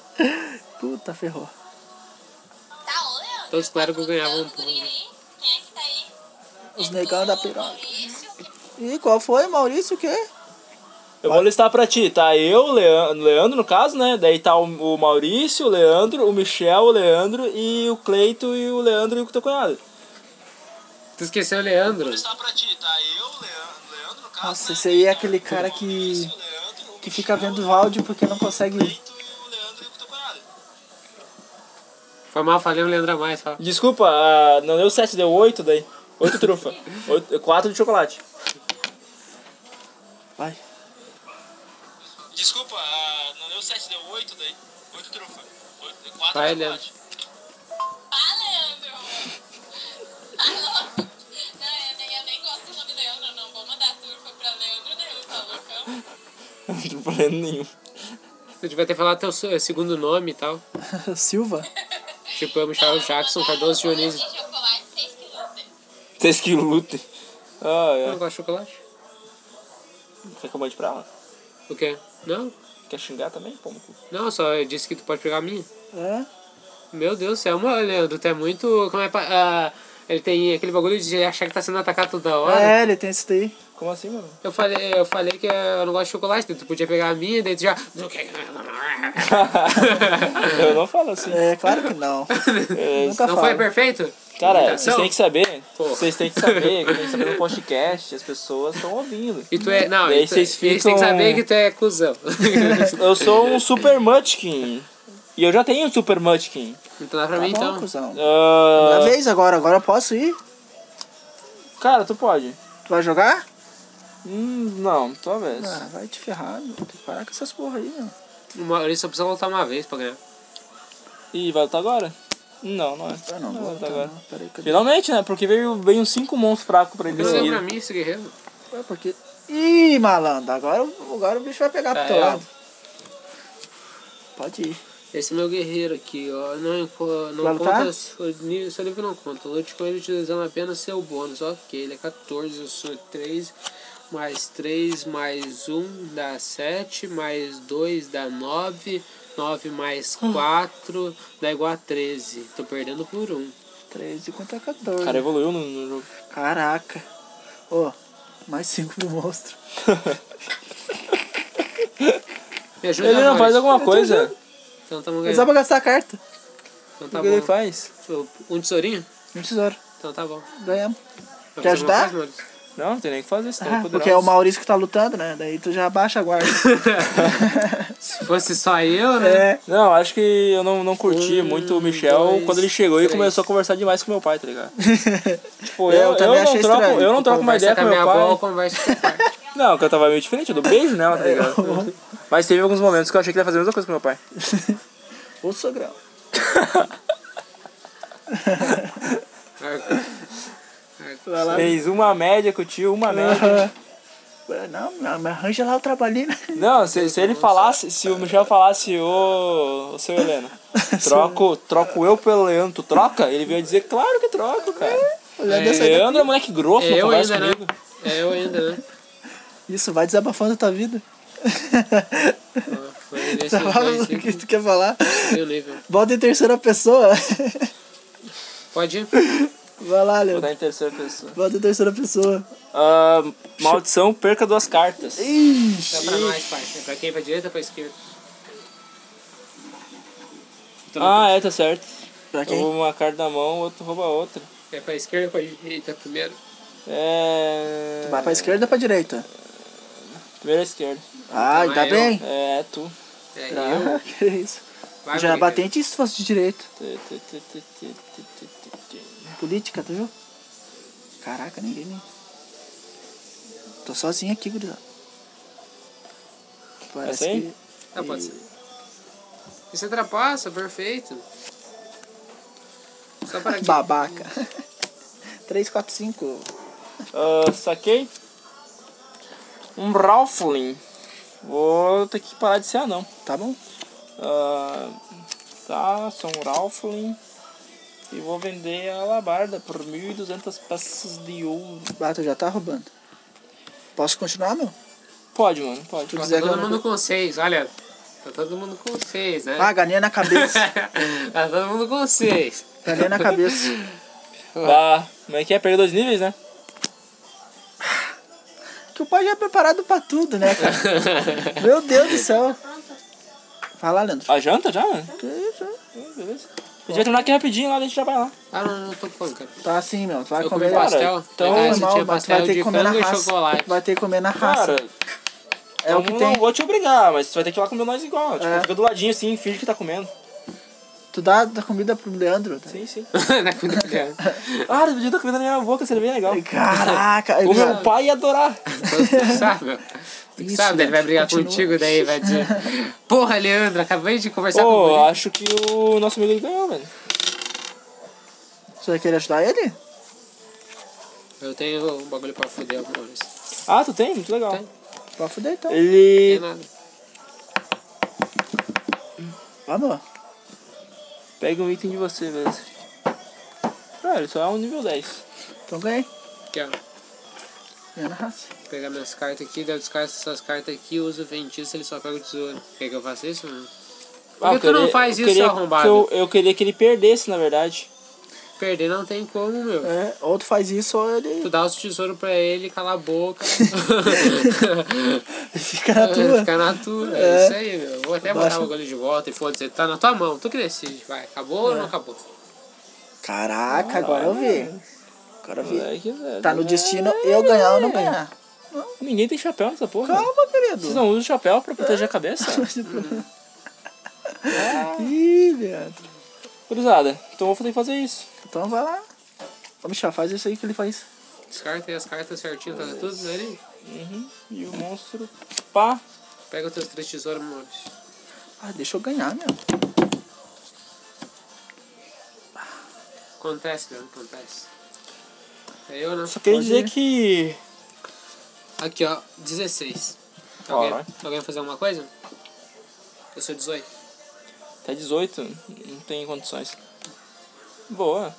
B: Puta, ferrou.
D: Tá, ô, Leandro.
C: Todos os Clério que ganhavam um
D: Tanto guri
C: ponto.
D: aí. Quem é que tá aí?
B: Os negão da piroca.
D: Maurício.
B: Ih, qual foi, Maurício? O quê?
A: Eu vou listar pra ti, tá? Eu, o Leandro, Leandro no caso, né? Daí tá o, o Maurício, o Leandro, o Michel, o Leandro e o Cleito e o Leandro e o teu cunhado.
C: Tu esqueceu o Leandro?
B: Nossa, esse aí é aquele cara que. que fica vendo o áudio porque não consegue.
C: Foi mal, falei um Leandro a mais, fala.
A: Desculpa, ah, não deu 7, deu 8 daí. 8 trufa. 4 de chocolate.
B: Vai.
A: Desculpa, ah, não deu 7, deu 8 daí. 8 trufa. 4
C: Vai, Leandro.
D: Ah, Leandro. Alô? Não, eu nem, eu nem gosto do nome Leandro. Não vou mandar turfa pra Leandro nenhum, tá loucão?
A: Não tem problema nenhum.
C: Tu devia ter falado teu se- segundo nome e tal.
B: Silva?
C: Tipo, eu me chamo Jackson Cardoso Dionísio.
D: De chocolate, 6 quilos.
A: Vocês que lutem.
C: Eu
A: Ai,
C: não
A: ai.
C: gosto de chocolate.
A: Quer que eu mande pra ela?
C: O quê? Não?
A: Quer xingar também? Pô, no cu.
C: Não, só eu disse que tu pode pegar a minha.
B: É?
C: Meu Deus do céu, mano, Leandro, tu é muito. Como é pa- ah, Ele tem aquele bagulho de achar que tá sendo atacado toda hora.
B: É, ele tem esse daí.
A: Como assim, mano?
C: Eu falei, eu falei que eu não gosto de chocolate, daí tu podia pegar a minha, daí tu já.
A: Eu não falo assim.
B: É, claro que não.
A: É,
B: Nunca
C: Não foi
B: falo.
C: perfeito? Então,
A: Cara,
C: Imitação?
A: vocês têm que saber.
C: Pô.
A: Vocês têm que saber que a gente tá no podcast, as pessoas estão ouvindo.
C: E tu é. Não,
A: E aí
C: e tu,
A: vocês
C: e eles têm
A: ficam-
C: que saber que tu é cuzão.
A: Eu sou um Super Munchkin. E eu já tenho um Super Munchkin.
C: então dá pra
B: Tá
C: mim
B: bom,
C: então.
B: cuzão.
A: Ah,
B: Minha vez agora, agora eu posso ir?
A: cara, tu pode.
B: Tu vai jogar?
A: Hum, não, talvez.
B: Ah, vai te ferrar, meu. Tem que parar com essas porra aí, meu.
C: O Maurício só precisa voltar uma vez pra ganhar.
A: Ih, vai lutar agora? Não, não é.
B: Ah, não,
A: Vai
B: vou
C: tá
A: lutar
B: botar,
A: agora.
B: não. Peraí, cadê?
A: Finalmente, né? Porque veio, veio uns cinco monstros fracos pra ele
C: Não deu pra
A: seguir.
C: mim esse guerreiro.
B: Ué, porque... Ih, malandro, agora, o- agora o bicho vai pegar pro
C: Ah,
B: teu
C: é?
B: lado. Pode ir.
C: Esse é meu guerreiro aqui, ó. Não, enco-
B: Vai
C: não
A: tá?
B: lutar?
C: conta. Seu nível seu nível não conta. Lute com ele utilizando apenas seu bônus. Ok, ele é 14, eu sou 3. Mais 3, mais 1 dá 7. Mais 2 dá 9. 9 mais
A: Hum.
C: 4 dá igual a 13. Tô perdendo por 1.
B: 13 contra
A: O
B: 14.
A: cara evoluiu no, no jogo.
B: Caraca. Ô, mais 5 do monstro.
C: Me ajuda,
A: Ele não
C: Maurício.
A: faz alguma coisa?
C: Então tamo
B: É só
C: ganhando.
B: pra gastar a carta.
C: Então tá
A: O que ele
C: bom.
A: faz?
C: Um tesourinho?
B: Um tesouro.
C: Então tá bom.
B: Ganhamos.
C: Vai
B: Quer
C: fazer alguma
B: ajudar?
C: coisa, Maurício?
A: Não, não tem nem o que fazer, senão
B: Ah,
A: eu
B: porque é o Maurício que tá lutando, né? Daí tu já abaixa a guarda.
C: Se fosse só eu, né?
B: é.
A: Não, acho que eu não, não curti
C: Um,
A: muito o Michel
C: dois,
A: quando ele chegou e
C: três.
A: começou a conversar demais com meu pai, tá ligado? Tipo,
B: É, eu
A: eu, eu,
B: também
A: não
B: achei
A: troco,
B: estranho.
A: eu não troco uma
C: Conversa
A: ideia
C: com
A: com
C: a minha
A: meu
C: avó ou
A: pai.
C: conversa com o pai.
A: Não, que eu tava meio diferente, eu dou beijo nela, tá
B: É,
A: ligado? Mas teve alguns momentos que eu achei que ele ia fazer a mesma coisa com meu pai.
B: Ô, sogrão.
C: É,
B: Vai lá.
A: Fez uma média com o tio, uma média.
B: Ah. Aham. Não, não, me arranja lá o trabalhinho. né?
A: Não, se, se ele falasse, se o Michel falasse, ô, ô seu Helena, troco, troco eu pelo Leandro, tu troca? Ele veio dizer, claro que troco, cara.
B: Olhando
C: É,
B: essa-
A: Leandro é moleque grosso,
C: É
A: não
C: eu
A: conversa
C: ainda, né?
A: comigo.
C: É eu ainda, né?
B: Isso, vai desabafando a tua vida.
C: Foi nesse
B: Desabafa o
C: foi
B: Tá que
C: nesse
B: tu quer falar.
C: meu nível.
B: Bota em terceira pessoa.
C: Pode ir?
B: Vai
A: Vou
B: lá,
A: dar
B: Leandro.
A: em terceira pessoa.
B: Bota em terceira pessoa.
A: Ah, maldição, perca duas cartas.
C: É pra nós, pai. É pra quem? Pra direita ou pra esquerda?
A: Ah, é, tá certo.
B: Pra
A: Eu
B: quem?
A: roubo uma carta na mão, o outro rouba a outra.
C: É pra esquerda ou pra direita primeiro?
A: É.
B: Vai pra esquerda ou pra direita?
A: Primeira esquerda.
B: Ah,
C: Então
B: ainda
C: é eu.
B: bem.
A: É, tu.
C: É eu.
B: Ah, que isso.
C: Vai,
B: Já é
C: Rodrigo.
B: batente se fosse de direito.
A: Tu, tu, tu, tu, tu, tu, tu, tu, tu.
B: Política, tu viu? Caraca, ninguém me. Tô sozinho aqui, gurizada. Parece
A: Essa aí?
B: que.
C: Ah, pode ser. Isso ultrapassa, perfeito. Só para quem?
B: Babaca. 3, 4, 5.
A: Ah, saquei. Um Ralfling. Vou ter que parar de ser anão.
B: Tá bom?
A: Ah, tá, sou um Ralfling. E vou vender a alabarda por 1.200 peças de ouro.
B: Bato já tá roubando. Posso continuar, meu?
A: Pode, mano, pode.
B: Tu
A: pode.
B: quiser que
C: Tá Todo
B: eu não-
C: mundo com seis, olha. Tá todo mundo com seis, né?
B: Ah, galinha na cabeça.
C: tá todo mundo com seis.
B: galinha na cabeça.
A: Bah, como é que é? Perdeu dois níveis, né?
B: Que o pai já é preparado pra tudo, né, cara? Meu Deus do céu. Vai lá, Leandro.
A: A janta já, mano?
B: Que isso? hein?
A: Beleza. A gente vai terminar aqui rapidinho lá, a gente já vai lá.
C: Ah, não, não tô com fome, cara.
B: Tá assim, meu. Tu vai
C: Eu
B: comer
C: comi
A: pasta.
C: pastel.
A: então,
C: Legal,
B: Normal,
C: você tinha
B: mas tu vai
C: pastel
B: ter
C: de
B: que comer na
C: frango e
B: raça.
C: chocolate.
B: Vai ter que comer na raça.
A: Cara,
B: é o que
A: eu
B: tem.
A: não vou te obrigar, mas você vai ter que ir lá comer nós igual. Tipo,
B: É.
A: fica do ladinho assim, finge que tá comendo.
B: Tu dá a comida pro Leandro. Tá?
A: Sim, sim.
C: Na culinária.
A: Ah, eu podia estar comendo na minha boca, seria bem
B: É
A: legal.
B: Caraca. aí,
A: O meu
B: cara,
A: pai ia adorar.
C: Então, Tu sabe, meu. Tu que
B: Isso,
C: sabe, ele vai brigar
B: continua.
C: contigo, daí vai dizer: Porra, Leandro, acabei de conversar com
A: Pô,
C: o Guri."
A: acho que o nosso amigo ele ganhou, velho.
B: Você vai querer ajudar ele?
C: Eu tenho um bagulho pra foder, amores.
A: Ah, tu tem? Muito legal.
C: Tem.
B: Pode fuder, então.
C: Não tem
A: Ele
C: nada.
B: Vamos.
A: pega um item de você mesmo. Ah, ele só é um nível 10.
B: Então ganhei.
C: Aqui, ó.
B: Ganhei na raça.
C: Vou pegar minhas cartas aqui, daí eu descarto essas cartas aqui, uso o feitiço, ele só pega o tesouro. Quer que eu faça isso, mano?
A: Ah, eu
C: que tu não
A: queria-
C: faz
A: eu
C: isso,
A: queria
C: arrombado?
A: que Eu, eu queria que ele perdesse, na verdade.
C: Perder não tem como, meu.
B: É, ou tu faz isso ou ele
C: Tu dá os tesouros pra ele, cala a boca.
B: fica na tua.
C: É, Fica na tua. É.
B: É.
C: isso aí, meu. Vou até botar
B: Baixa.
C: o bagulho de volta e foda-se, tá na tua mão. Tu que decide, vai. Acabou
A: É.
C: ou não acabou?
B: Caraca, agora eu vi. Agora eu vi.
A: Moleque, velho. é,
B: Tá no destino eu ganhar ou não ganhar.
A: Ninguém tem chapéu nessa porra.
B: É. Calma,
A: Vocês
B: querido.
A: não usam chapéu pra proteger a cabeça?
B: Hum. Ih, Leandro.
A: Curizada, então eu vou ter que fazer isso.
B: Então vai lá. Ô, Michel, faz isso aí que ele faz.
C: Descarta aí as cartas certinho, tá tudo ali.
A: Uhum. E o monstro. Pá!
C: Pega os teus três tesouros, amores.
B: Ah, deixa eu ganhar, meu.
C: Acontece, Leandro, acontece. É eu, né?
A: Só queria
B: Pode
A: dizer
B: ir.
A: que.
C: Aqui, ó, 16.
A: Ó,
C: Alguém,
A: vai.
C: alguém vai fazer alguma coisa? Eu sou 18.
A: Tá 18, não tem condições. Boa.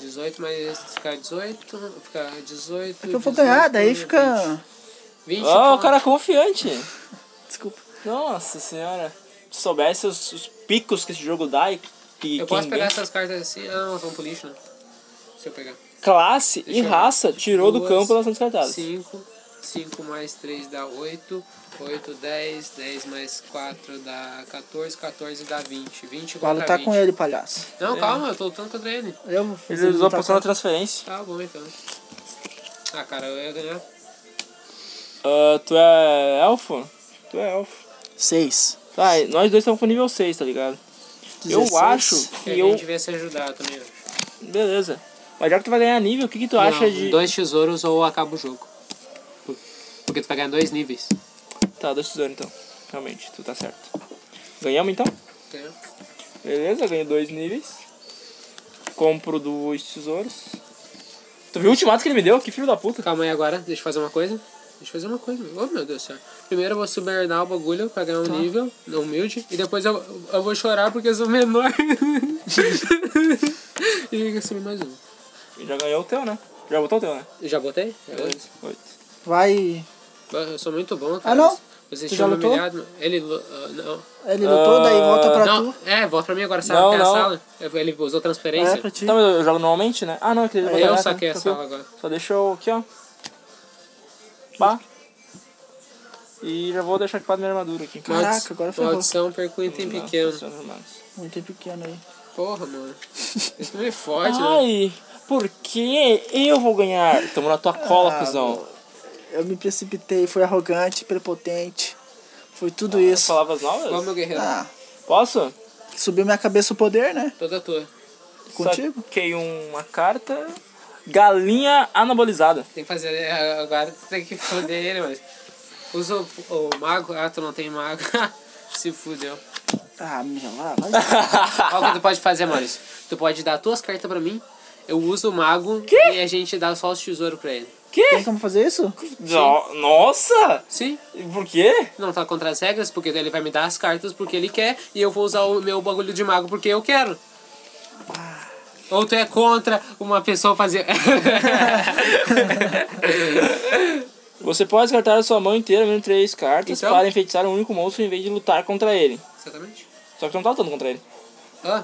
C: 18 mais ficar 18, ficar 18.
B: É que eu vou ganhar, daí fica.
C: 20.
A: Ó, Ah, o
C: pontos.
A: cara é confiante.
B: Desculpa.
A: Nossa senhora. Se soubesse os, os picos que esse jogo dá e que quem
C: Eu posso pegar
A: ganha.
C: essas cartas assim? Ah, não, são pro lixo, né? Se eu pegar.
A: classe e
C: Deixa eu ver.
A: raça tirou do
C: Duas,
A: campo elas são descartadas.
C: 5. 5 mais 3 dá 8. 8, 10. 10 mais 4 dá 14. 14 dá 20. 20
B: Vai
C: contra
B: lutar
C: 20.
B: tá com ele, palhaço.
C: Não, calma, eu tô lutando contra ele.
B: Eu vou fazer
A: Ele usou a
B: lutar
A: poção da
B: com-
A: transferência.
C: Tá bom então. Ah, cara, eu ia ganhar.
A: Ah, tu é elfo? Tu é elfo.
B: Seis.
A: Tá, e nós dois estamos com nível 6, tá ligado? Eu
B: 16.
A: acho que
C: E
A: eu.
C: eu devia se ajudar também. eu acho.
A: Beleza. Mas já que tu vai ganhar nível, o que, que tu acha
C: Não,
A: de.
C: Dois tesouros ou acaba o jogo. Por- Porque tu vai ganhar dois níveis.
A: Tá, dois tesouros então. Realmente, tu tá certo. Ganhamos então?
C: Entendeu?
A: Beleza, ganho dois níveis. Compro dois tesouros. Tu viu o ultimato que ele me deu? Que filho da puta.
C: Calma aí agora, deixa eu fazer uma coisa. Deixa eu fazer uma coisa. meu. Oh, meu Deus do céu. Primeiro eu vou subornar o bagulho pra
B: Tá.
C: ganhar um nível, não humilde. E depois eu, eu vou chorar porque eu sou menor. e eu subir mais um.
A: E já ganhou o teu, né? Já botou o teu, né?
C: Já botei? Já botei.
A: Oito.
B: Vai.
C: Eu sou muito bom, cara.
B: Ah, não?
C: Vocês
B: Tu já
C: tinham me
B: lutou?
C: humilhado. Ele... lu- ah, não.
B: Ele lutou, daí
A: Ah,
B: volta pra
C: não,
B: tu.
C: é, volta pra mim agora, sabe?
A: Não,
C: que é a
A: não.
C: sala. Ele usou transferência.
B: É pra ti.
A: Então eu jogo normalmente, né? Ah, não, aquele
C: É, eu saquei a sala agora.
A: Só deixa eu aqui, ó. Pá. E já vou deixar equipada minha armadura aqui.
B: Caraca,
C: Maldi-
B: agora ferrou.
C: Maldição, perco um item
A: Não,
C: pequeno.
A: pessoas normais.
B: Muito pequeno aí.
C: Porra, mano. Isso me fode, né?
A: Ai, por que eu vou ganhar? Tamo na tua cola,
B: Ah,
A: cuzão.
B: Eu me precipitei, fui arrogante, prepotente. Foi tudo isso.
A: Palavras novas?
C: Ó, meu guerreiro.
B: Ah,
A: Posso?
B: subiu minha cabeça o poder, né?
C: Toda tua.
B: Contigo?
A: Saquei uma carta. Galinha anabolizada.
C: Tem que fazer. é, Agora tu tem que foder ele, mas. Usa o, o mago. Ah, tu não tem mago. Se fudeu.
B: Ah, meu, lá, vai.
C: Olha o que tu pode fazer, Maurício. Tu pode dar tuas cartas pra mim. Eu uso o mago e a gente dá só os tesouros pra ele.
B: Tem
A: Que?
B: como fazer isso?
A: No- nossa!
C: Sim,
A: E Por quê?
C: não tá contra as regras, porque ele vai me dar as cartas porque ele quer e eu vou usar o meu bagulho de mago porque eu quero. Ou tu é contra uma pessoa fazer.
A: Você pode descartar sua mão inteira, menos três cartas,
C: Então?
A: para enfeitiçar um único monstro em vez de lutar contra ele.
C: Exatamente.
A: Só que tu não tá lutando contra ele.
C: Ah,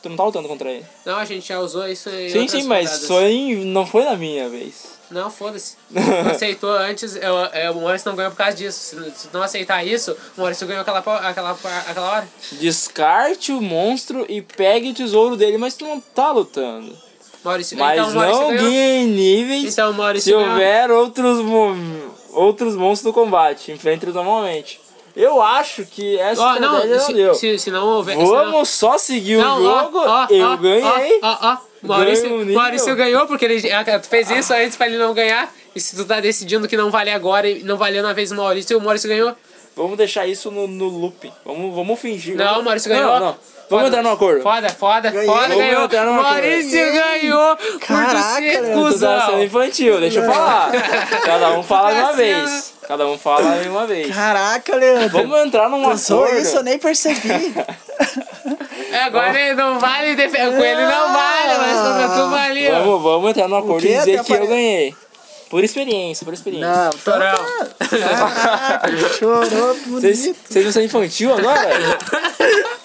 A: Tu não tá lutando contra ele.
C: não, a gente já usou isso em
A: Sim,
C: outras
A: sim, mas
C: rodadas.
A: foi em- não foi na minha vez.
C: Não, foda-se. Tu aceitou antes, eu, eu, o Morris não ganhou por causa disso. Se, não- se não aceitar isso, o Morris ganhou aquela, po- aquela, po- aquela hora.
A: Descarte o monstro e pegue o tesouro dele, mas tu não tá lutando.
C: Maurício,
A: Mas
C: então, Maurício
A: não
C: ganhou.
A: ganhe níveis
C: Então, Maurício
A: se
C: ganhou.
A: houver outros, mo- outros monstros no combate. Enfrente normalmente. Eu acho que essa
C: Ó,
A: estratégia
C: não,
A: não deu.
C: se, se, se não houver. se não-
A: Vamos só seguir
C: Não,
A: o
C: ó,
A: jogo.
C: ó,
A: eu
C: ó,
A: ganhei.
C: Ó, ó, ó. Maurício,
A: Ganho um nível.
C: Maurício ganhou porque ele ah, tu fez isso antes pra ele não ganhar. E se tu tá decidindo que não vale agora e não valeu na vez do Maurício, o Maurício ganhou.
A: Vamos deixar isso no, no loop. Vamos, vamos fingir.
C: Não,
A: vamos...
C: o Maurício ganhou.
A: Não, não. Vamos entrar no acordo.
C: Foda, foda,
B: Ganhei.
C: foda,
A: Vamos
C: ganhou.
A: entrar num acordo.
C: Maurício ganhou por
B: Caraca,
C: tu ser
B: Leandro,
A: Tu tá
C: cuzão.
A: sendo infantil, deixa eu falar. Cada um fala de uma
C: Tá
A: vez. Cada um fala de uma vez.
B: Caraca, Leandro.
A: Vamos entrar num
B: Pensou
A: acordo.
C: né?
B: isso? Eu nem percebi.
C: É, Agora ele não vale, defe- com ele não vale, mas contra tu valeu.
A: Vamos, vamos entrar num acordo
B: quê?
A: e dizer
B: Até
A: que eu
B: apare-
A: ganhei. Por experiência, por experiência.
B: Não, então
C: Chorão.
B: tá. Caraca, chorou bonito.
A: Vocês vocês não são infantil agora?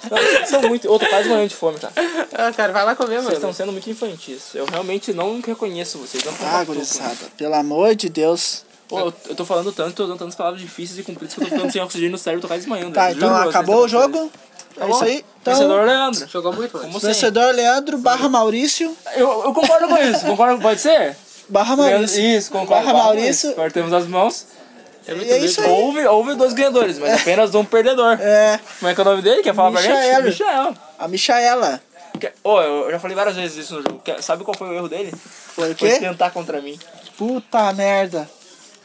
A: não, vocês são muito. Ô, tô quase morrendo de fome, cara. Vocês
C: Ah, cara, vai lá comer, mano.
A: estão sendo muito infantis. Eu realmente não reconheço vocês. Não
B: Ah,
A: compactuo com isso.
B: gurizada, pelo amor de Deus.
A: Pô, eu, eu tô falando tanto, tô usando tantas palavras difíceis e cumpridas que eu tô ficando sem oxigênio no cérebro, tô quase desmanhando.
B: Tá,
A: juro
B: então
A: pra vocês,
B: acabou o
A: tá bom.
B: jogo. É isso aí. Então,
A: Vencedor Leandro.
C: Jogou muito, mano.
A: Como sempre.
B: vencedor Leandro barra Maurício.
A: Eu, eu concordo com isso, concordo, pode ser?
B: Barra
A: Leandro,
B: Maurício.
A: isso, concordo. com
B: Barra Maurício.
A: isso. Cortamos as mãos.
C: É muito
B: E é isso aí.
A: Houve, houve dois ganhadores, mas apenas um perdedor.
B: É,
A: Como é que é o nome dele? Quer falar pra
B: Michael.
A: gente? Michael.
B: a Michaela.
A: Que- Ô, eu já falei várias vezes isso no jogo. Quer- Sabe qual foi o erro dele?
B: Foi o
A: Foi
B: quê?
A: tentar contra mim.
B: Puta merda.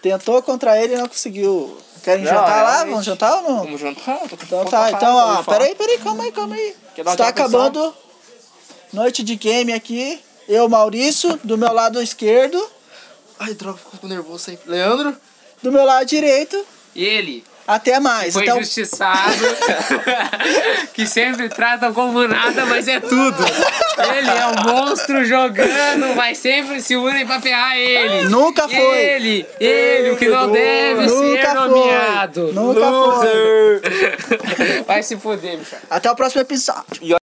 B: Tentou contra ele e não conseguiu. Querem
A: Não,
B: jantar lá?
A: realmente.
B: Vamos jantar ou não?
A: Vamos jantar? Tô com
B: Então
A: fome
B: tá,
A: pra
B: então
A: caralho,
B: ó,
A: vou falar.
B: peraí, peraí, calma aí, calma aí.
A: Quer dar uma
B: Está
A: tchau,
B: acabando noite de game aqui. Eu, Maurício, do meu lado esquerdo,
A: Ai, droga, fico nervoso sempre. Leandro?
B: do meu lado direito.
C: E ele
B: Até mais.
C: foi
B: Então,
C: injustiçado, que sempre trata como nada, mas é tudo. Ele é um monstro jogando, mas sempre se unem pra ferrar ele.
B: Nunca foi.
C: Ele, ele, o que não deve ser
B: nunca
C: nomeado.
B: foi. Nunca foi.
A: Loser.
C: Vai se fuder, Michel.
B: Até o próximo episódio.